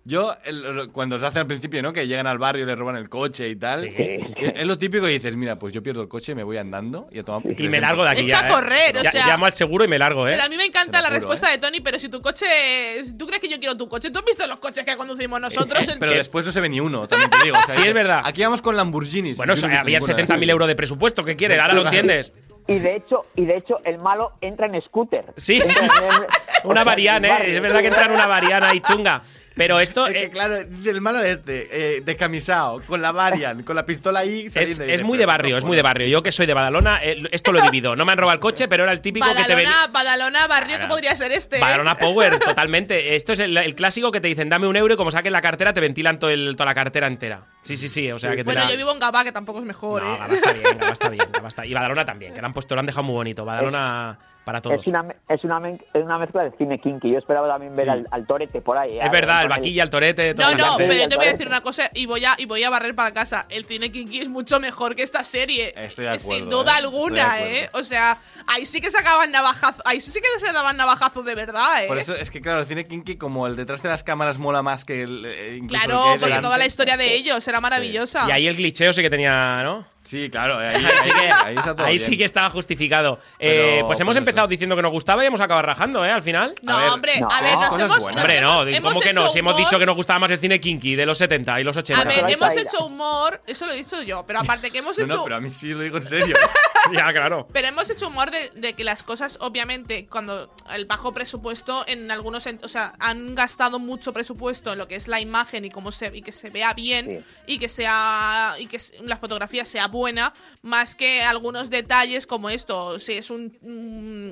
Yo, el- cuando se hace al principio, ¿no? Que llegan al barrio y le roban el coche y tal.
Sí.
Es es lo típico que dices, mira, pues yo pierdo el coche, me voy andando y a tomar por
Y
culo".
me largo de aquí.
Echa
ya,
a
¿eh?
correr, o
Ya-
sea-
Llamo al seguro y me largo, ¿eh?
Pero a mí me encanta
Te lo
la
juro,
respuesta
¿eh?
de Tony, pero si tu coche. es- ¿Tú crees que yo quiero tu coche? ¿Tú has visto los coches que conducimos nosotros? El
Eh, Pero
que-
después no se ve ni uno, también te digo. o sea,
Sí,
que
es verdad.
Aquí vamos con Lamborghinis.
Bueno,
Yo no he visto
había
ninguna de
70.000
esas.
euros de presupuesto. ¿Qué quieres? Ahora lo entiendes.
Y de hecho, y de hecho, el malo entra en scooter.
Sí.
Entra en el- o sea,
Una variana,
en el barrio.
¿eh? Es verdad que entran una variana ahí chunga. Pero esto
Es que,
eh,
claro, el malo este, eh, descamisado, con la Varian, con la pistola ahí.
es,
saliendo y
es
dices,
muy
"Pero
de
qué
barrio, es muy de
cojones".
barrio. Yo que soy de Badalona, eh, esto lo he vivido. No me han robado el coche, pero era el típico que te venía.
Badalona, Badalona, barrio que
Claro.
podría ser este. ¿eh?
Badalona Power, totalmente. Esto es el, el clásico que te dicen, dame un euro y como saques la cartera, te ventilan todo el- toda la cartera entera. Sí, sí, sí. O sea, que te
Bueno,
la-
yo vivo en Gabá, que tampoco es mejor,
No,
¿eh?
Gabá está bien, Gabá está bien, Gabá está- Y Badalona también, que lo han puesto, lo han dejado muy bonito. Badalona para todos.
Es una, me- es, una men- es una mezcla de cine kinky. Yo esperaba también ver al, al torete por ahí.
Es
al-
verdad, el
con
vaquilla, el torete, todo
No,
el
no,
arte.
pero yo te voy a decir una cosa y voy a, y voy a barrer para casa. El cine kinky es mucho mejor que esta serie.
Estoy de acuerdo,
Sin duda
¿eh?
alguna,
Estoy de
¿eh?
acuerdo.
O sea, ahí sí que se acaban navajazos. Ahí sí que se daban navajazos de verdad, ¿eh?
Por eso es que, claro, el cine kinky, como el detrás de las cámaras mola más que el. eh, incluso el que
claro,
hay
porque
delante.
toda la historia de ellos era maravillosa.
Y ahí el glitcheo sí que tenía, ¿no?
Sí, claro, ahí,
Ahí sí
ahí-
que,
ahí está todo
ahí
bien.
sí que estaba justificado.
Pero,
Eh, pues hemos
pues
empezado
eso.
diciendo que nos gustaba y hemos acabado rajando, ¿eh? Al final.
No,
A ver,
hombre,
no,
a ver, nos
cosas
hemos.
buenas.
nos
Hombre, no,
hemos-
¿cómo
hemos
que no?
hecho
Si hemos
humor-
dicho que nos gustaba más el cine kinky de los 70 y los 80.
A ver,
vais a
hemos
ir.
hecho humor, eso lo he dicho yo, pero aparte que hemos
No,
hecho.
no, pero a mí sí lo digo en serio.
ya, claro.
Pero hemos hecho humor de, de que las cosas, obviamente, cuando el bajo presupuesto, en algunos, en- o sea, han gastado mucho presupuesto en lo que es la imagen y cómo se y que se vea bien y que sea y que s- la fotografía sea buena, más que algunos detalles como esto, si es un mm,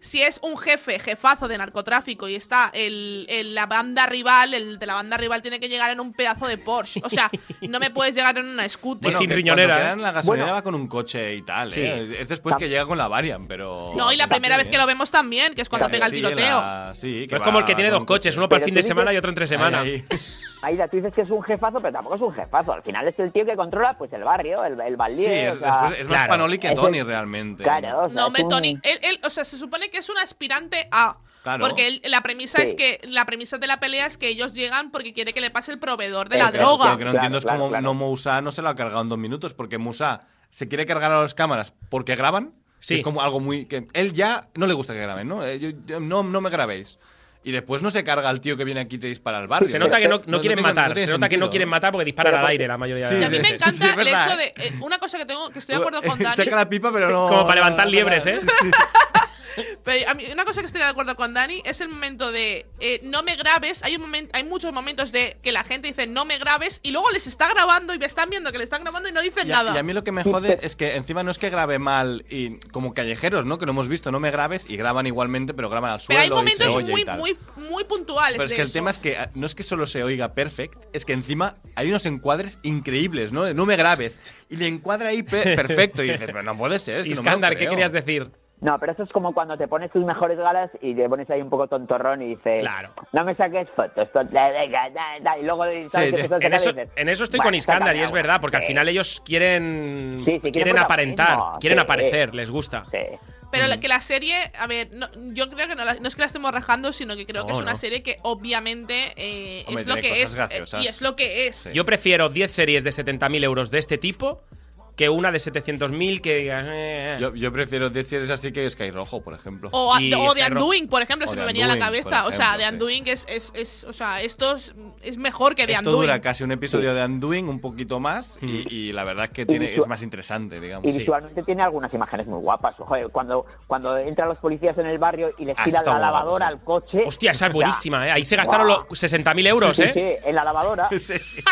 si es un jefe, jefazo de narcotráfico y está el, el- la banda rival, el de la banda rival tiene que llegar en un pedazo de Porsche. O sea, no me puedes llegar en una scooter.
sin
que cuando
riñonera, ¿eh?
quedan en la gasolinera
Bueno.
va con un coche y tal,
Sí.
¿eh? Es después que llega con la Varian, pero.
No, y la primera vez que lo vemos también, que es cuando
Pero
pega el
¿eh? sí,
tiroteo.
la- sí,
es como el que tiene
va con
dos coches,
coche.
uno para el
Pero
fin de
tú dices-
semana y otro entre semana.
Ahí, ahí.
Aida, tú dices que es un jefazo, pero tampoco es un jefazo. Al final es el tío que controla pues el barrio, el, el
Sí,
baldío.
es,
o sea,
después es más
claro.
Panoli que
Es el-
Tony realmente.
Claro, o sea,
No, hombre,
es Pues un-
Tony, él, él- o sea, se supone que es un aspirante a.
Claro.
Porque él- la premisa
Sí.
es que la premisa de la pelea es que ellos llegan porque quiere que le pase el proveedor de
Pero
la
creo-
droga.
Lo que no
Claro,
entiendo es
claro,
cómo
claro.
no Moussa no se lo ha cargado en dos minutos, porque Moussa se quiere cargar a las cámaras porque graban.
Sí.
Es como algo muy. que Él ya no le gusta que graben, ¿no? Eh, yo- yo- no, no me grabéis. Y después no se carga al tío que viene aquí y te dispara al bar.
Se nota que no, no quieren matar. se nota que no quieren matar porque disparan al
Pero
aire la mayoría de
Sí,
Y a
las
mí me
veces.
encanta
Sí, es
el
verdad,
hecho
¿eh?
de. eh, una cosa que tengo que estoy de acuerdo con Dani.
Saca la pipa, pero no.
Como para levantar
no- no-
liebres, ¿eh?
Sí, sí.
Pero a mí- una cosa que estoy de acuerdo con Dani es el momento de eh, no me grabes. Hay un momento, hay muchos momentos de que la gente dice no me grabes y luego les está grabando y me están viendo que le están grabando y no dicen
Y a,
nada.
y a mí lo que me jode es que encima no es que grabe mal y como callejeros, ¿no? Que lo hemos visto, no me grabes y graban igualmente, pero graban al
pero
suelo.
hay
y se
momentos
oye y
muy,
tal.
muy, muy puntuales.
Pero es
de
que el
eso.
tema es que ah, no es que solo se oiga perfect, es que encima hay unos encuadres increíbles, ¿no? De No me grabes. Y le encuadra ahí pe- perfecto. Y dices, pero no puede ser. Es que no me lo
Iskandar, ¿qué
creo".
querías decir?
No, pero eso es como cuando te pones tus mejores galas y te pones ahí un poco tontorrón y dices,
Claro.
no me saques fotos, ton- da- da- da- da- da", y luego sabes
Sí, en
que te suelta
En
la
eso,
y dices,
en eso estoy
"Bueno,
con Iskandar y es
sácame
verdad,
agua".
porque al
Sí,
final ellos quieren,
Sí, sí, quieren
quieren aparentar,
protagonismo,
quieren
sí,
aparecer, les gusta.
sí.
Pero la- que la serie, a ver, no- yo creo que no, la- no es que la estemos rajando, sino que creo que
No,
es una
no.
serie que obviamente eh,
Hombre,
es lo
tiene
que
cosas
es. eh,
graciosas.
y es lo que es.
Sí.
Yo prefiero 10 series de 70.000 euros de este tipo que una de 700.000 que digas. eh,
Yo, yo prefiero decir es así que Sky Rojo, por ejemplo.
O, a-
Y
o de
Skyro-
Undoing, por ejemplo,
o
se
de
me venía a la
Undoing, por
cabeza. o sea,
ejemplo,
de
sí.
Undoing es, es, es- O sea, esto es, es mejor que de
Esto
Undoing.
dura casi un episodio de Undoing, un poquito más,
Mm.
y, y la verdad es que tiene, es más interesante,
Y
digamos.
visualmente tiene algunas imágenes muy guapas. Joder, cuando, cuando entran los policías en el barrio y les
Ah,
tiran
está
la
muy guapo,
lavadora
sí.
al coche.
Hostia, esa es
o sea,
buenísima, ¿eh? Ahí se gastaron
guau.
los 60.000 euros,
Sí,
¿eh?
sí, en la lavadora.
Sí, sí.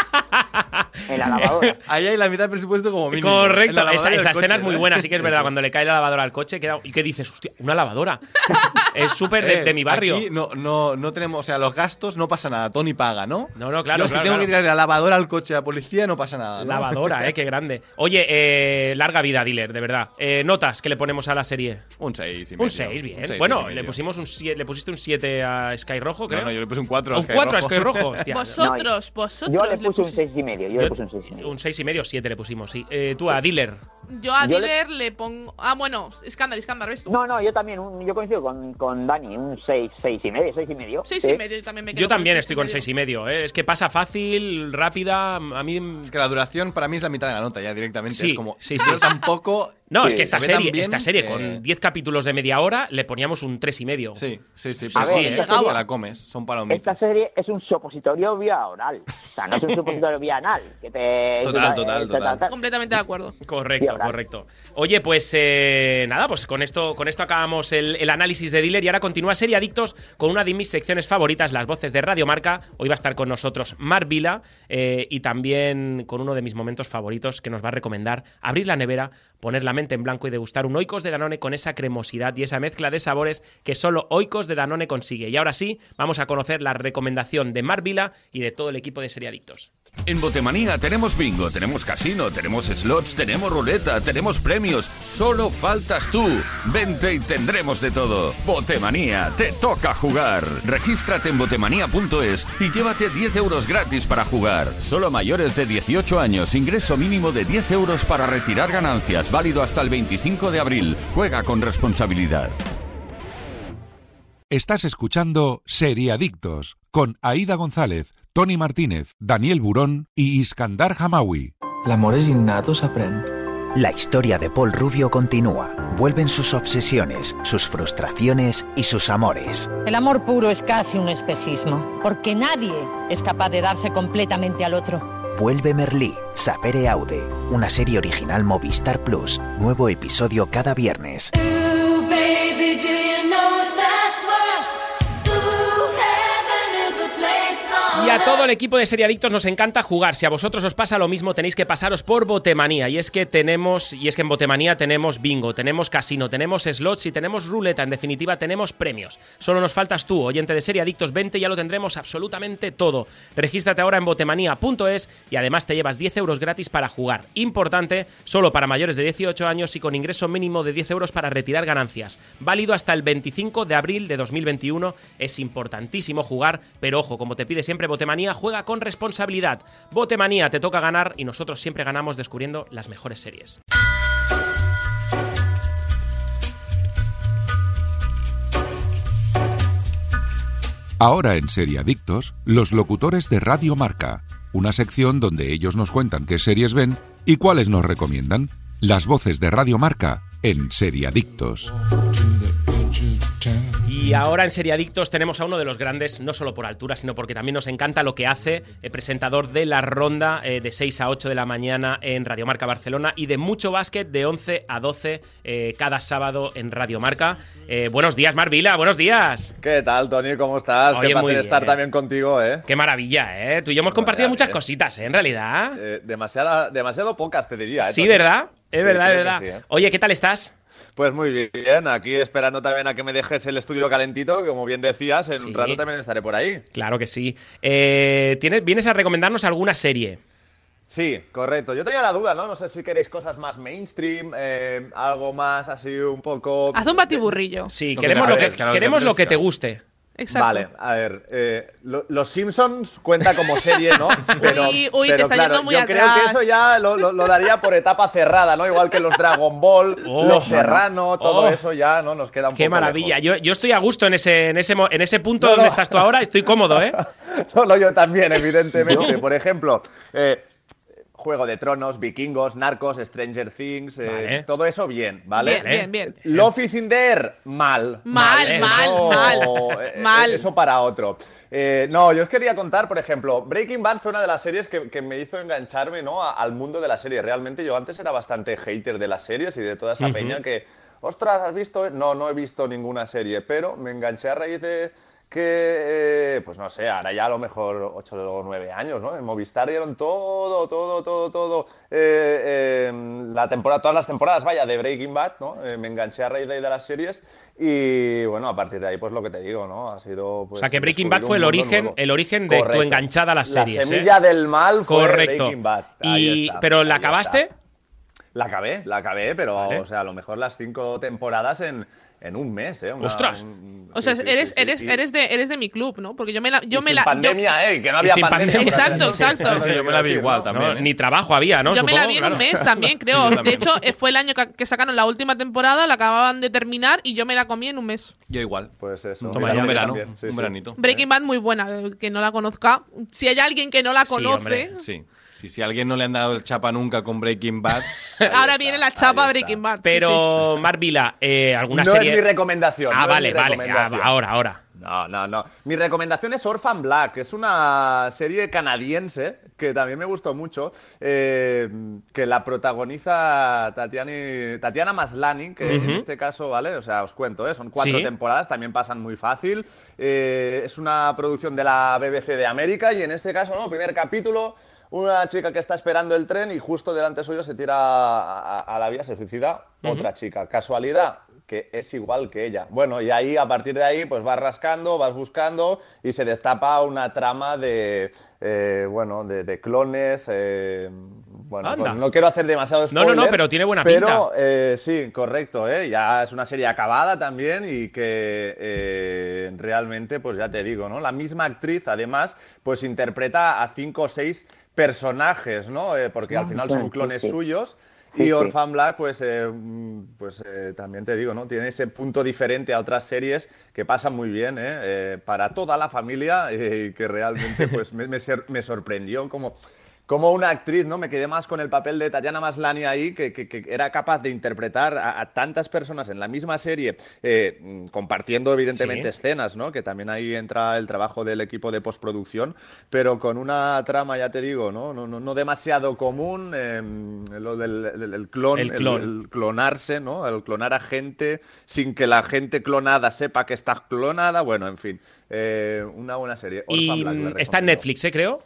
En la lavadora.
Ahí hay la mitad del presupuesto como mínimo. En la
Correcto,
lavadora
esa,
del
esa
coche,
escena es muy
¿eh?
buena, sí que es
Sí,
verdad.
sí.
Cuando le cae la lavadora al coche, queda, ¿y qué dices? Hostia, una lavadora. es súper de,
Eh,
de mi barrio.
Aquí no, no, no tenemos, o sea, los gastos no pasa nada, Tony paga, ¿no?
No, no,
Yo
claro,
si
claro,
tengo
claro.
que tirar la lavadora al coche de la policía no pasa nada. ¿no?
Lavadora, ¿eh? Qué grande. Oye, eh, larga vida, dealer, de verdad. Eh, notas que le ponemos a la serie.
Un 6 y medio.
Un 6, bien.
Un seis,
bueno,
seis y medio.
le, pusimos un siete- le pusiste un 7 a Sky Rojo, creo.
No, no, yo le puse un 4.
un 4 a Sky Rojo. Hostia.
Vosotros, vosotros.
Yo le
le
puse un
pusisteis-
6 y medio. Yo,
Yo-
le puse un 6 y medio.
un 6 y medio, 7 le pusimos, sí. Eh, tú
Pues
a dealer.
Yo a
Yo le-
Dealer le... pongo. Ah, bueno, escándalo, escándalo, ¿ves tú?
No, no, yo también, un- yo coincido con, con Dani, un 6, 6 y medio, 6 y medio.
Seis
Sí.
y medio, yo también me quedo
Yo también
seis
estoy con
medio.
6 y medio. eh. Es que pasa fácil, rápida. A mí.
Es que la duración para mí es la mitad de la nota ya directamente.
Sí,
es como,
sí, sí.
Pero tampoco.
No, es
Sí,
que esta
se ve tan
serie,
bien
esta serie
que-
con 10 capítulos de media hora le poníamos un 3 y medio.
Sí, sí, sí.
A
Pero
ver,
sí,
esta
¿eh?
serie-
Te la comes, son
Esta
palomitas.
serie es un supositorio vía oral. O sea, no es un supositorio vía anal. Que te,
Total,
eh,
total,
tal,
total.
tal, tal.
Completamente de acuerdo.
Correcto,
Y ahora.
correcto. Oye, pues eh, nada, pues con esto, con esto acabamos el, el análisis de Dealer y ahora continúa Serie Adictos con una de mis secciones favoritas, las voces de Radio Marca. Hoy va a estar con nosotros Mar Vila eh, y también con uno de mis momentos favoritos que nos va a recomendar abrir la nevera, poner la mente en blanco y degustar un Oikos de Danone con esa cremosidad y esa mezcla de sabores que solo Oikos de Danone consigue. Y ahora sí, vamos a conocer la recomendación de Mar Vila y de todo el equipo de Serie Adictos.
En Botemanía tenemos bingo, tenemos casino, tenemos slots, tenemos ruleta, tenemos premios. Solo faltas tú. Vente y tendremos de todo. Botemanía, te toca jugar. Regístrate en botemanía.es y llévate 10 euros gratis para jugar. Solo mayores de 18 años, ingreso mínimo de 10 euros para retirar ganancias, válido hasta el 25 de abril. Juega con responsabilidad.
Estás escuchando Seriadictos con Aida González, Tony Martínez, Daniel Burón y Iskandar Hamawi.
L'amor és innat o s'aprèn?
La historia de Paul Rubio continúa. Vuelven sus obsesiones, sus frustraciones y sus amores.
El amor puro es casi un espejismo, porque nadie es capaz de darse completamente al otro.
Vuelve Merlí, Sapere Aude, una serie original Movistar Plus, nuevo episodio cada viernes.
Y a todo el equipo de Seriadictos nos encanta jugar. Si a vosotros os pasa lo mismo, tenéis que pasaros por Botemanía. Y es que tenemos, y es que en Botemanía tenemos bingo, tenemos casino, tenemos slots y tenemos ruleta. En definitiva, tenemos premios. Solo nos faltas tú, oyente de Seriadictos 20, ya lo tendremos absolutamente todo. Regístrate ahora en botemanía.es y además te llevas 10 euros gratis para jugar. Importante, solo para mayores de 18 años y con ingreso mínimo de 10 euros para retirar ganancias. Válido hasta el 25 de abril de 2021. Es importantísimo jugar, pero ojo, como te pide siempre Botemanía, juega con responsabilidad. Botemanía, te toca ganar y nosotros siempre ganamos descubriendo las mejores series.
Ahora en Seriadictos, los locutores de Radio Marca, una sección donde ellos nos cuentan qué series ven y cuáles nos recomiendan. Las voces de Radio Marca en Seriadictos.
Y ahora en Seriadictos tenemos a uno de los grandes, no solo por altura, sino porque también nos encanta lo que hace, eh, presentador de la ronda eh, de 6 a 8 de la mañana en Radiomarca Barcelona y de mucho básquet de 11 a 12 eh, cada sábado en Radiomarca. Eh, buenos días, Marvila, buenos días.
¿Qué tal, Tony? ¿Cómo estás?
Oye,
Qué
muy
placer
bien.
estar también contigo, ¿eh?
Qué maravilla, ¿eh? Tú y yo hemos compartido
Maravilla.
muchas cositas, ¿eh? En realidad.
Eh, demasiada- demasiado pocas, te diría. ¿eh,
Sí,
Tony?
¿verdad? Es
Sí,
verdad, es
creo que
verdad.
sí, ¿eh?
Oye, ¿qué tal estás?
Pues muy bien, aquí esperando también a que me dejes el estudio calentito, que como bien decías, en
Sí.
un rato también estaré por ahí.
Claro que sí. Eh, ¿tienes- ¿Vienes a recomendarnos alguna serie?
Sí, correcto. Yo tenía la duda, ¿no? No sé si queréis cosas más mainstream, eh, algo más así un poco...
Haz un batiburrillo.
Sí,
Lo que te
queremos, lo que,
apetezca, lo que te
queremos lo que te
apetezca.
guste.
Exacto.
Vale, a ver, eh, lo- Los Simpsons cuenta como serie, ¿no? Pero,
Uy, uy, te
pero
está
claro,
yendo muy
yo creo
atrás.
que eso ya lo, lo- lo daría por etapa cerrada, ¿no? Igual que los Dragon Ball,
Oh,
los Serrano, todo
oh.
eso ya no nos queda un
Qué
poco
maravilla.
lejos.
Yo, yo estoy a gusto en ese, en ese, mo- en ese punto
No,
donde
no.
estás tú ahora. Estoy cómodo, ¿eh?
No, no, yo también, evidentemente. Por ejemplo, eh, Juego de Tronos, Vikingos, Narcos, Stranger Things, eh,
Vale.
todo eso bien, ¿vale?
Bien, bien, bien.
Love is in the air, mal.
Mal, mal,
Eso-
mal,
eh,
mal.
Eso para otro. Eh, no, yo os quería contar, por ejemplo, Breaking Bad fue una de las series que, que me hizo engancharme ¿no? a- al mundo de la serie. Realmente yo antes era bastante hater de las series y de toda esa peña que, ostras, ¿has visto? No, no he visto ninguna serie, pero me enganché a raíz de que, eh, pues no sé, ahora ya a lo mejor 8 o 9 años, ¿no? En Movistar dieron todo, todo, todo, todo, eh, eh, la temporada, todas las temporadas, vaya, de Breaking Bad, ¿no? Eh, me enganché a raíz de, de las series y, bueno, a partir de ahí, pues lo que te digo, ¿no? Ha sido...
O
pues,
sea, que Breaking
descubrir
Bad fue
un
el
mundo
origen-
nuevo.
el origen de tu
Correcto.
enganchada a las series, ¿eh?
La semilla del mal fue
Correcto.
Breaking Bad. Ahí
Y,
está,
pero ¿la
ahí está.
acabaste?
La acabé, la acabé, pero,
Vale.
o sea, a lo mejor las cinco temporadas en, en un mes, ¿eh? Una-
Ostras.
un-
O sea,
sí, sí,
eres,
sí, sí,
eres,
sí.
eres, de, eres de mi club, ¿no? Porque yo me la.
Y
Yo me
sin
la yo-
pandemia, ¿eh? Que no
Y
había
sin
pandemia.
pandemia.
Exacto,
por así decirlo.
exacto.
Sí, sí, yo me la vi
Quiero
igual
decir,
también.
No,
¿eh?
Ni trabajo había, ¿no?
Yo me la
Supongo,
vi en
claro.
un mes también, creo.
Yo también.
De hecho, eh, fue el año que que sacaron la última temporada, la acababan de terminar y yo me la comí en un mes.
Yo igual.
Pues eso.
Toma,
Mira,
ya un
sí,
verano,
también, sí,
un
sí.
veranito.
Breaking Bad muy buena, eh, que no la conozca. Si hay alguien que no la
Sí, hombre,
conoce,
Sí. Sí, si a alguien no le han dado el chapa nunca con Breaking Bad,
ahora
está,
viene la
ahí
chapa
está.
Breaking Bad. sí, sí.
Pero, Marvila, eh, ¿alguna
No
serie?
es mi recomendación.
ah,
no
vale,
es mi
vale. ah,
recomendación.
ahora, ahora.
No, no, no. Mi recomendación es Orphan Black. Es una serie canadiense que también me gustó mucho, eh, que la protagoniza Tatiani- Tatiana Maslany, que en
Ujú.
este caso, ¿vale? O sea, os cuento, ¿eh? son cuatro
Sí.
temporadas, también pasan muy fácil. Eh, es una producción de la BBC de América y en este caso, ¿no? Primer capítulo. Una chica que está esperando el tren y justo delante suyo se tira a, a- a la vía, se suicida otra chica. Casualidad, que es igual que ella. Bueno, y ahí a partir de ahí pues vas rascando, vas buscando y se destapa una trama de eh, bueno, de, de clones. eh, bueno,
Anda.
pues no quiero hacer demasiado
No, no,
spoiler.
no, pero tiene buena pinta.
Pero eh, sí, correcto, ¿eh? ya es una serie acabada también y que eh, realmente, pues ya te digo, ¿no? La misma actriz, además, pues interpreta a cinco o seis personajes, ¿no? Eh, porque al final son
sí,
clones
sí.
suyos.
Sí,
Y
sí.
Orphan Black, pues, eh, mm, pues eh, también te digo, ¿no? Tiene ese punto diferente a otras series que pasan muy bien, ¿eh? Eh, para toda la familia eh, y que realmente pues, me, me ser- me sorprendió como como una actriz, ¿no? Me quedé más con el papel de Tatiana Maslani ahí, que, que- que era capaz de interpretar a, a tantas personas en la misma serie, eh, mm, compartiendo evidentemente
Sí.
escenas, ¿no? Que también ahí entra el trabajo del equipo de postproducción, pero con una trama, ya te digo, no, no, no, no demasiado común, eh, lo del, del- del clon,
El
el-
clon.
el clonarse, ¿no? El clonar a gente sin que la gente clonada sepa que está clonada, bueno, en fin, eh, una buena serie. Orphan
Y
Black, la
mm, está en
recomiendo.
Netflix, ¿eh? Creo.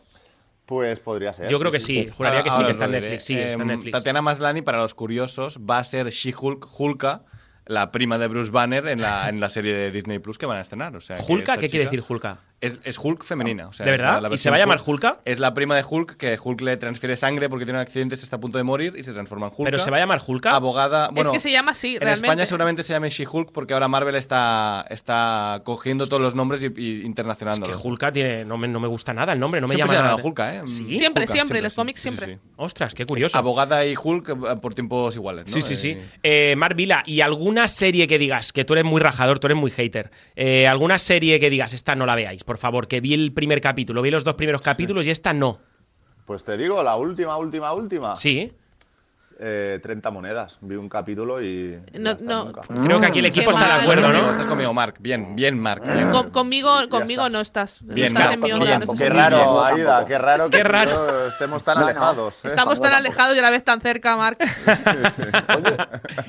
Pues podría ser.
Yo creo que sí. Juraría que sí
Ahora os
que está en
lo diré.
Netflix. Sí, está en
Em,
Netflix.
Tatiana Maslany, para los curiosos, va a ser She-Hulk, Hulka, la prima de Bruce Banner en la, en la serie de Disney Plus que van a estrenar. O sea, que
¿Julka?
esta
¿Qué quiere
chica-
decir Julka?
Es, es Hulk femenina. o sea,
¿De
es la-
verdad?
la
¿Y se
versión
va a llamar
Hulk.
Hulka?
Es la prima de Hulk, que Hulk le transfiere sangre porque tiene un accidente, se está a punto de morir y se transforma en Hulk.
¿Pero se va a llamar
Ah,
Julka?
Abogada. Bueno,
es que se llama así,
en
realmente.
España seguramente se llame She-Hulk porque ahora Marvel está, está cogiendo todos los nombres y, y
Es
internacionándolos.
que Julka tiene, no, me, no me gusta nada el nombre, no me
Siempre
llama
se
nada.
llama Hulka, ¿eh?
Sí.
Siempre,
Hulka,
siempre, los cómics
Sí, sí,
siempre.
sí.
Ostras, qué curioso.
Abogada y Hulk eh, por tiempos iguales, ¿no?
Sí, sí, sí.
Eh,
Eh, Mar Vila, ¿y alguna serie que digas, que tú eres muy rajador, tú eres muy hater, eh, alguna serie que digas, esta no la veáis, por favor, que vi el primer capítulo, vi los dos primeros capítulos y esta no?
Pues te digo, la última, última, última.
Sí.
Eh, 30 monedas. Vi un capítulo y. y
No,
hasta
no.
nunca.
Creo que aquí el
Mm, Qué
equipo está de
mal.
acuerdo,
conmigo,
¿no?
Estás conmigo, Mark. Bien, bien, Mark. bien.
Con- conmigo
está.
conmigo no estás. No
Bien,
estás
no,
en mi
no,
onda. no
tampoco.
estás
Qué
en mi onda.
raro,
Yo
Aida,
tampoco.
qué raro que
Qué raro.
tú y yo estemos tan
No, no.
alejados. ¿eh?
Estamos tan
Tampoco.
alejados y a la vez tan cerca, Marc.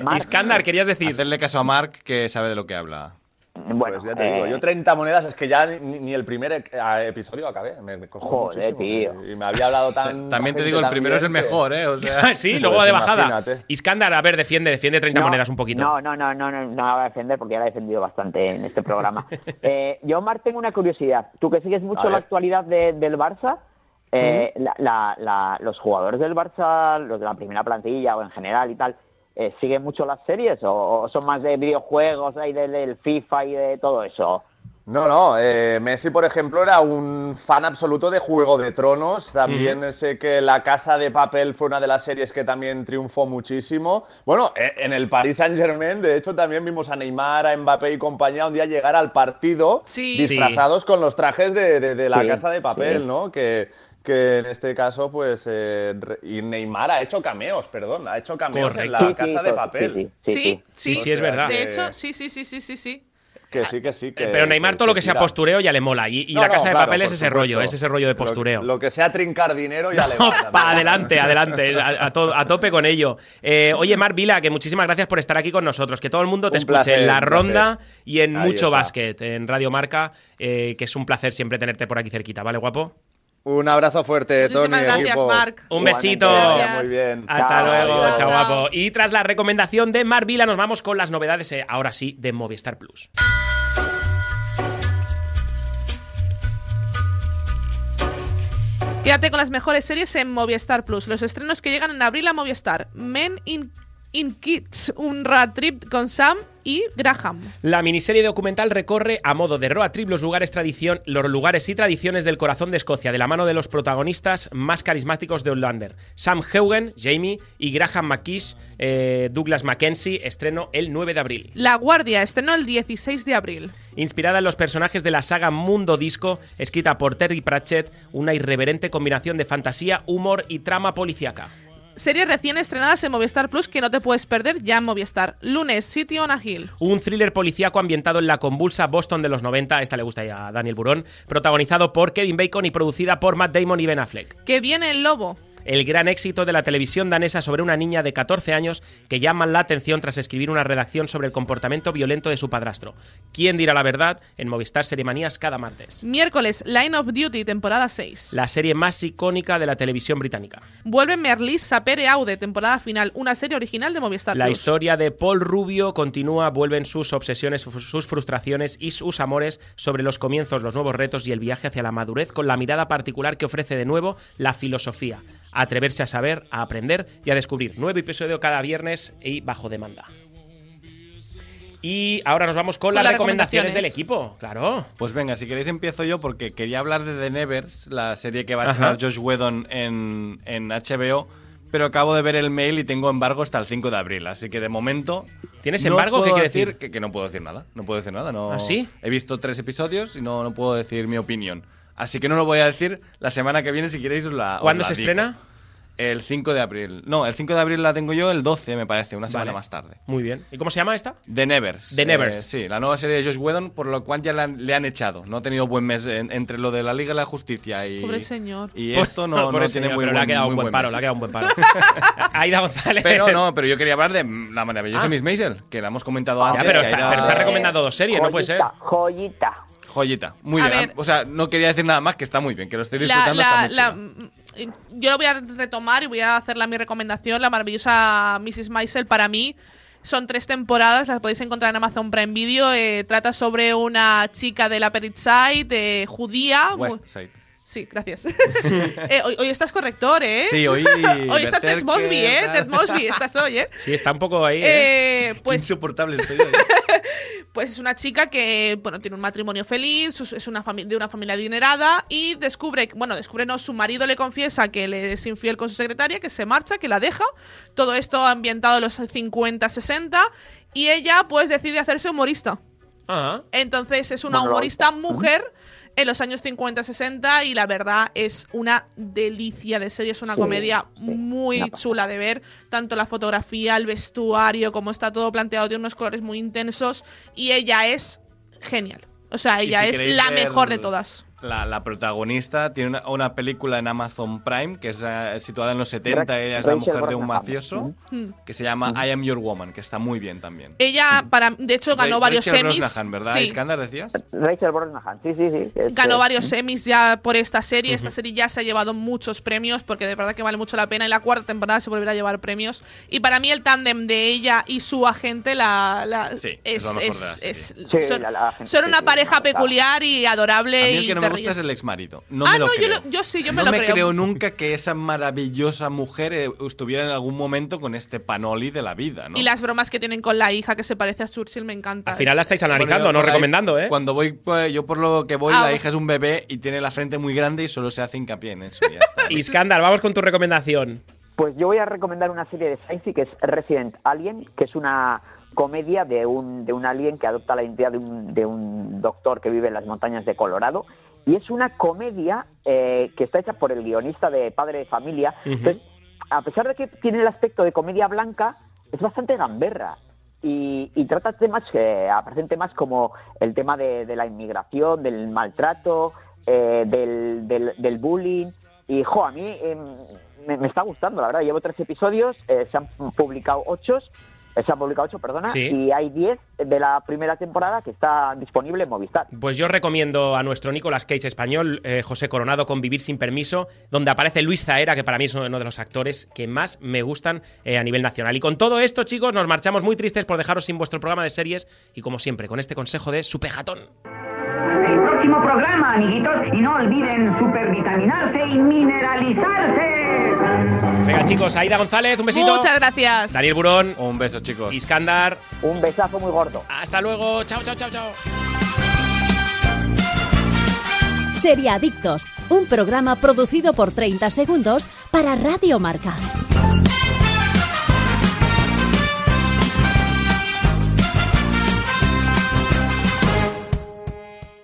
Marc,
Iskandar, querías decir.
Hacerle caso a Mark que sabe de lo que habla.
Bueno,
Pues ya te digo,
eh,
yo 30 monedas es que ya ni, ni el primer e- episodio acabé. Me, me costó
Joder,
muchísimo. eh,
tío.
Y me había hablado tan.
También te digo, el primero es el mejor, ¿eh? O sea,
sí, luego de bajada.
Pues imagínate.
Iskandar, a ver, defiende, defiende 30
no,
monedas un poquito.
No, no, no, no, no, no la voy a defender porque ya la he defendido bastante en este programa. Eh, yo, Mar, tengo una curiosidad. Tú que sigues
A
mucho
ver.
la actualidad de- del Barça, eh, la- la- la- los jugadores del Barça, los de la primera plantilla o en general y tal, eh, ¿siguen mucho las series o, o son más de videojuegos y del, del FIFA y de todo eso?
No, no, eh, Messi, por ejemplo, era un fan absoluto de Juego de Tronos. También sé que La Casa de Papel fue una de las series que también triunfó muchísimo. Bueno, eh, en el Paris Saint-Germain, de hecho, también vimos a Neymar, a Mbappé y compañía un día llegar al partido
Sí.
disfrazados con los trajes de, de- de La
Sí,
Casa de Papel,
sí.
¿no? Que, que en este caso, pues. eh, re- y Neymar ha hecho cameos, perdón, ha hecho cameos en La
Correcto.
Sí, sí,
Casa de
sí,
Papel.
sí, sí,
Sí,
sí.
Sí, sí,
sí.
Ah, eh. es verdad.
De
que-
hecho, sí, sí, sí, sí, sí, sí.
Que sí, que sí. Que,
Eh, Pero Neymar,
que-
todo lo que sea
tira.
postureo ya le mola. Y, y
pues No,
la
no,
casa de
claro,
papel es
por
ese rollo,
supuesto.
es ese rollo de
Lo-
postureo.
Lo, que sea trincar dinero ya le va.
Opa, adelante, adelante, a, a to- a tope con ello. Eh, oye, Mar Vila, que muchísimas gracias por estar aquí con nosotros. Que todo el mundo te
Un
escuche
placer,
en la
un placer.
ronda y en
Ahí
mucho
está.
básquet, en Radio Marca, eh, que es un placer siempre tenerte por aquí cerquita, ¿vale, guapo?
Un abrazo fuerte, Tony.
Muchísimas gracias,
equipo.
Marc.
Un
Igualmente,
besito.
Que vaya
Gracias.
Muy bien.
Hasta
Chao.
luego,
Chao,
chao,
chao.
guapo. Y tras la recomendación de Mar Vila, nos vamos con las novedades, eh, ahora sí, de Movistar Plus.
Quédate con las mejores series en Movistar Plus. Los estrenos que llegan en abril a Movistar. Men in, in Kids, un rat trip con Sam y Graham.
La miniserie documental recorre a modo de road trip los lugares, tradición, los lugares y tradiciones del corazón de Escocia, de la mano de los protagonistas más carismáticos de Outlander, Sam Heugen, Jamie y Graham McKish, eh, Douglas Mackenzie, estreno el 9 de abril.
La Guardia, estrenó el 16 de abril.
Inspirada en los personajes de la saga Mundo Disco, escrita por Terry Pratchett, una irreverente combinación de fantasía, humor y trama policíaca.
Series recién estrenadas en Movistar Plus que no te puedes perder ya en Movistar. Lunes, City on a Hill.
Un thriller policíaco ambientado en la convulsa Boston de los 90, esta le gusta ya a Daniel Burón, protagonizado por Kevin Bacon y producida por Matt Damon y Ben Affleck.
Que viene el lobo.
El gran éxito de la televisión danesa sobre una niña de 14 años que llaman la atención tras escribir una redacción sobre el comportamiento violento de su padrastro. ¿Quién dirá la verdad? En Movistar Seremanías cada martes.
Miércoles, Line of Duty, temporada 6.
La serie más icónica de la televisión británica.
Vuelve Merlis Sapere Aude, temporada final, una serie original de Movistar
La
Plus.
historia de Paul Rubio continúa, vuelven sus obsesiones, sus frustraciones y sus amores sobre los comienzos, los nuevos retos y el viaje hacia la madurez con la mirada particular que ofrece de nuevo la filosofía. Atreverse a saber, a aprender y a descubrir. Nuevo episodio cada viernes y bajo demanda. Y ahora nos vamos con,
Con
las
las
recomendaciones.
recomendaciones.
del equipo. Claro.
Pues venga, si queréis empiezo yo porque quería hablar de The Nevers, la serie que va a
Ajá.
estrenar Josh Whedon en, en HBO, pero acabo de ver el mail y tengo embargo hasta el 5 de abril, así que de momento...
¿Tienes
no os
embargo? ¿Qué
puedo
quiere decir?
Que, que no puedo decir nada, no puedo decir nada. No,
¿Ah, sí?
He visto tres episodios y no, no puedo decir mi opinión.
Así que no lo voy a decir la semana que viene, si queréis. os La, os
¿Cuándo
la
se
digo.
estrena?
El 5 de abril. No, el 5 de abril la tengo yo, el 12 me parece, una semana
Vale.
más tarde.
Muy bien. ¿Y cómo se llama esta?
The Nevers.
The
Eh,
Nevers.
sí, la nueva serie de Josh Whedon, por lo cual ya la han- le han echado. No ha tenido buen mes en- entre lo de la Liga de la Justicia y.
Pobre señor.
Y esto no,
Pobre
no
señor,
tiene
Pues
muy
pero
buen,
le ha quedado
muy
un buen,
buen
paro,
mes.
le ha quedado un buen paro. Aida González.
Pero no, pero yo quería hablar de la maravillosa
Ah.
Miss Maisel, que la hemos comentado
Ya,
antes.
pero,
que
está,
era-
pero está recomendando dos series, no puede ser.
Joyita.
Joyita. Muy
A
bien.
ver.
O sea, no quería decir nada más que está muy bien, que lo estoy
La-
disfrutando.
la-
está muy
la-
chulo.
mm, eh, yo lo voy a retomar y voy a hacerla mi recomendación, la maravillosa Mrs. Maisel para mí. Son tres temporadas, las podéis encontrar en Amazon Prime Video. eh, trata sobre una chica de la Side, eh, judía. mu-
West Side.
Sí, gracias. Eh, hoy, hoy estás corrector, ¿eh?
Sí, hoy.
Hoy está Ted
Berserker,
Mosby, ¿eh?
tal.
Ted Mosby, estás hoy, ¿eh?
Sí, está un poco ahí. ¿eh?
Eh,
Qué
pues
Insoportable estoy hoy.
pues es una chica que bueno tiene un matrimonio feliz, sus- es una fami- de una familia adinerada y descubre, bueno, descubre no, su marido le confiesa que le es infiel con su secretaria, que se marcha, que la deja. Todo esto ambientado en los 50, 60 y ella pues decide hacerse humorista.
Ajá.
Entonces es una
Bueno, lo-
humorista mujer en los años 50, 60 y la verdad es una delicia de serie, es una
Sí,
comedia
sí,
muy
una pasada.
chula de ver, tanto la fotografía, el vestuario, como está todo planteado, tiene unos colores muy intensos y ella es genial. O sea,
Y
ella
si
es
queréis
la
ver
mejor de todas.
La, la protagonista tiene una, una película en Amazon Prime que es eh, situada en los 70.
Ra-
Ella es la
Rachel
mujer de un
Brosnahan.
mafioso
Mm.
que se llama I Am Your Woman, que está muy bien también.
Ella,
Mm.
para, de hecho, ganó
Ra-
varios
Rachel
semis.
Brosnahan, ¿verdad?
Sí.
Iskandar, decías?
Rachel Brosnahan, sí, sí, sí. este,
ganó varios semis ya por esta serie. Esta serie ya se ha llevado muchos premios porque de verdad que vale mucho la pena. Y la cuarta temporada se volverá a llevar premios. Y para mí el tándem de ella y su agente la, la-
Sí, es lo mejor de la serie.
Sí,
son,
la- la agente,
son
sí,
una
sí,
pareja
la- la-
peculiar y adorable.
A mí
y
el que no
te
me gusta
ríes.
es el exmarido. No
ah,
me lo
no, yo,
creo.
lo- yo sí, yo me
no
lo
me
creo.
creo nunca que esa maravillosa mujer eh, estuviera en algún momento con este panoli de la vida, ¿no?
Y las bromas que tienen con la hija que se parece a Churchill me encantan.
Al final la estáis analizando,
Bueno, yo
no
por ahí-
recomendando, ¿eh?
Cuando voy, pues, yo por lo que voy,
Ah,
la
bueno.
hija es un bebé y tiene la frente muy grande y solo se hace hincapié en eso. y ya está.
Iskandar, vamos con tu recomendación.
Pues yo voy a recomendar una serie de sci que es Resident Alien, que es una comedia de un, de un alien que adopta la identidad de un, de un doctor que vive en las montañas de Colorado. Y es una comedia eh, que está hecha por el guionista de Padre de Familia. Entonces, a pesar de que tiene el aspecto de comedia blanca, es bastante gamberra. Y, y trata temas, eh, aparecen temas como el tema de, de la inmigración, del maltrato, eh, del, del- del bullying. Y, jo, a mí eh, me, me está gustando, la verdad. Llevo tres episodios, eh, se han publicado ocho, eh, se han publicado ocho, perdona,
Sí.
y hay diez de la primera temporada que está disponible en Movistar.
Pues yo recomiendo a nuestro Nicolas Cage español, eh, José Coronado, con Vivir sin Permiso, donde aparece Luis Zaera, que para mí es uno de los actores que más me gustan eh, a nivel nacional. Y con todo esto, chicos, nos marchamos muy tristes por dejaros sin vuestro programa de series y, como siempre, con este consejo de Superjatón.
El próximo programa, amiguitos, y no olviden supervitaminarse y mineralizarse.
Venga, chicos, Aida González, un besito.
Muchas gracias.
Daniel Burón,
Un beso, chicos.
Iskandar,
Un besazo muy gordo.
hasta luego. Chao, chao, chao, chao.
Sería Adictos, un programa producido por 30 segundos para Radio Marca.